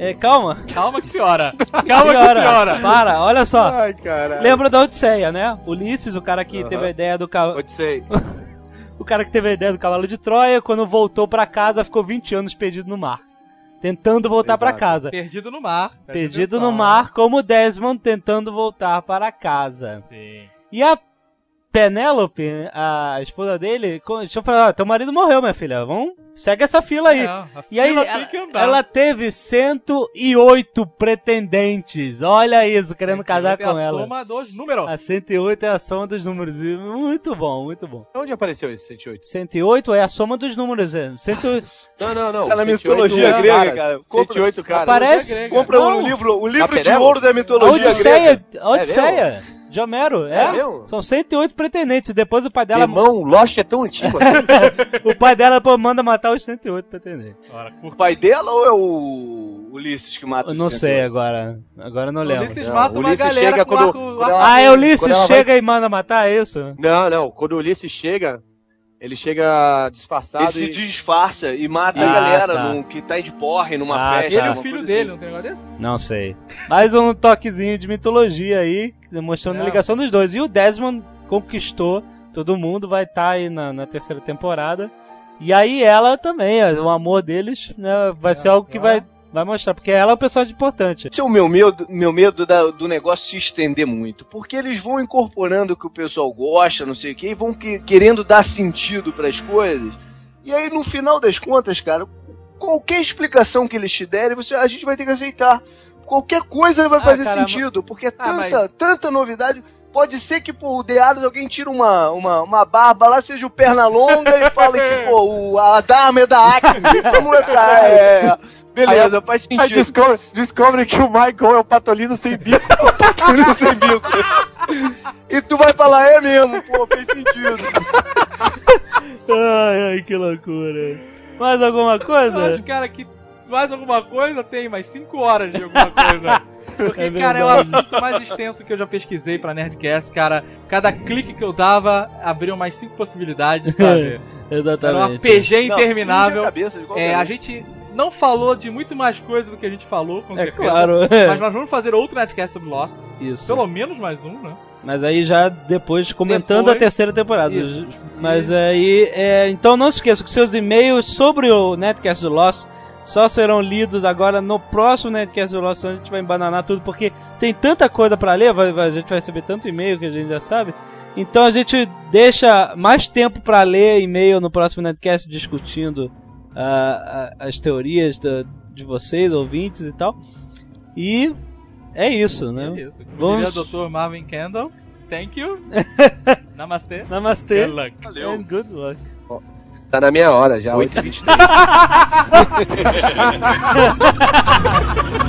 Speaker 2: É, calma.
Speaker 3: Calma que piora. Calma que
Speaker 2: *laughs* Piora.
Speaker 3: piora.
Speaker 2: Para, olha só.
Speaker 3: Ai, caralho.
Speaker 2: Lembra da Odisseia, né? Ulisses, o cara que
Speaker 5: Aham.
Speaker 2: teve a ideia do cavalo.
Speaker 5: Odissei.
Speaker 2: *laughs* o cara que teve a ideia do cavalo de Troia, quando voltou pra casa, ficou 20 anos perdido no mar. Tentando voltar pra casa.
Speaker 3: Perdido no mar. Presta
Speaker 2: Perdido
Speaker 3: atenção. né?
Speaker 2: no mar, como Desmond tentando voltar para casa.
Speaker 3: Sim.
Speaker 2: E a Penélope, a esposa dele, co- deixou falar: "Ó, teu marido morreu, minha filha, vamos. Segue essa fila aí.
Speaker 3: É, a
Speaker 2: e aí,
Speaker 3: fila tem
Speaker 2: ela,
Speaker 3: que andar.
Speaker 2: ela tá teve 108 pretendentes. Olha isso, querendo casar
Speaker 3: Tem é a
Speaker 2: com ela.
Speaker 3: soma dos números.
Speaker 2: A 108 é a soma dos números. E Muito bom, muito bom.
Speaker 5: Onde apareceu esse 108?
Speaker 2: 108 é a soma dos números. é. 108.
Speaker 5: Não, não, não. é
Speaker 8: Tá na
Speaker 5: 108
Speaker 8: mitologia
Speaker 5: caras.
Speaker 8: grega, cara. Compra-
Speaker 5: 108 caras.
Speaker 2: Aparece-
Speaker 8: Compra
Speaker 2: Não.
Speaker 8: um livro, o
Speaker 5: A
Speaker 8: livro de
Speaker 5: Penélope?
Speaker 8: ouro da
Speaker 2: A
Speaker 8: mitologia grega.
Speaker 2: Odisseia, a Odisseia de Homero, é?
Speaker 5: É mesmo?
Speaker 2: São 108 pretendentes. Depois o pai dela,
Speaker 5: Irmão, Lost é tão antigo assim.
Speaker 2: *laughs* o pai dela pô, manda matar os 108 pretendentes.
Speaker 11: Ora,
Speaker 8: O pai dela ou é o Ulisses que mata
Speaker 2: Eu
Speaker 8: os
Speaker 2: não sei
Speaker 8: tentadores?
Speaker 2: agora. Agora eu
Speaker 8: É
Speaker 2: não lembro.
Speaker 3: Ulisses
Speaker 5: Não,
Speaker 3: mata Então, uma
Speaker 5: Ulisses
Speaker 3: galera
Speaker 5: chega
Speaker 3: com
Speaker 5: quando-
Speaker 3: arco...
Speaker 5: quando ela-
Speaker 2: Ah, é
Speaker 5: Quando
Speaker 2: Ulisses
Speaker 5: ela
Speaker 2: chega e manda matar, é isso?
Speaker 5: *laughs* Não, não. Quando o Ulisses chega, ele chega disfarçado
Speaker 8: Ele se
Speaker 5: e...
Speaker 8: disfarça e mata
Speaker 2: Ah,
Speaker 8: a galera
Speaker 2: tá.
Speaker 8: num- que tá de porre numa
Speaker 2: Ah,
Speaker 8: festa.
Speaker 2: tá.
Speaker 3: Ele e o
Speaker 5: né?
Speaker 8: alguma
Speaker 3: filho
Speaker 8: coisa
Speaker 3: dele,
Speaker 8: assim.
Speaker 3: não tem negócio desse?
Speaker 2: Não sei. Mais um toquezinho de mitologia aí, mostrando a
Speaker 3: É.
Speaker 2: ligação dos dois. E o Desmond conquistou todo mundo, vai estar aí na, na terceira temporada. E aí ela também, ó, o amor deles, né, vai ser algo que vai, vai mostrar, porque ela é o personagem importante.
Speaker 8: Esse é o meu medo, meu medo da- do negócio se estender muito. Porque eles vão incorporando o que o pessoal gosta, não sei o quê, e vão que- querendo dar sentido pras coisas. E aí, no final das contas, cara, qualquer explicação que eles te derem, você, a gente vai ter que aceitar. Qualquer coisa vai
Speaker 2: Ah,
Speaker 8: fazer
Speaker 2: cara,
Speaker 8: sentido, porque é
Speaker 3: Ah, mas-
Speaker 8: tanta, tanta novidade. Pode ser que, pô, o The Arrows, alguém tira uma, uma, uma barba lá, seja o Pernalonga, e fale que, pô, o, a Dharma é da Acme. Como vai ficar? É, é, beleza, faz
Speaker 5: Aí
Speaker 8: sentido.
Speaker 5: descobre, descobre que o Michael é o patolino sem bico.
Speaker 8: Túlio sem bico. E tu vai falar, é mesmo, pô, fez sentido.
Speaker 2: Ai, ai, que loucura. Mais alguma
Speaker 3: Eu acho,
Speaker 2: coisa?
Speaker 3: cara, que mais alguma coisa tem, mais 5 horas de
Speaker 2: *laughs*
Speaker 3: alguma coisa. Porque,
Speaker 2: É
Speaker 3: cara, é o
Speaker 2: verdade.
Speaker 3: assunto mais extenso que eu já pesquisei pra Nerdcast, cara. Cada clique que eu dava abriu mais cinco
Speaker 2: *laughs*
Speaker 3: possibilidades, sabe? Era uma
Speaker 2: Exatamente.
Speaker 3: PG
Speaker 8: Não,
Speaker 3: interminável.
Speaker 8: finge a cabeça de qualquer
Speaker 3: É,
Speaker 8: um.
Speaker 3: a gente não falou de muito mais coisa do que a gente falou, com
Speaker 2: É
Speaker 3: certeza.
Speaker 2: claro,
Speaker 3: Mas nós vamos fazer outro Nerdcast sobre Lost.
Speaker 2: isso.
Speaker 3: Pelo menos mais um, né?
Speaker 2: Mas aí já depois comentando
Speaker 3: Depois.
Speaker 2: a terceira temporada.
Speaker 3: Isso.
Speaker 2: Mas aí, é, então não se esqueça que seus e-mails sobre o Netcast do Lost só serão lidos agora no próximo Netcast do Lost, onde a gente vai embananar tudo, porque tem tanta coisa pra ler, vai- vai- a gente vai receber tanto e-mail que a gente já sabe. Então a gente deixa mais tempo pra ler e-mail no próximo Netcast discutindo ah, ah, as teorias da- de vocês, ouvintes e tal. E é isso, né?
Speaker 3: É isso. Como
Speaker 2: Vamos-
Speaker 3: diria o Dr. Marvin Kendall.
Speaker 2: *laughs*
Speaker 3: Thank you. Namastê.
Speaker 2: Namastê.
Speaker 11: Good luck.
Speaker 2: And good luck.
Speaker 5: Tá na minha hora já, 8h23.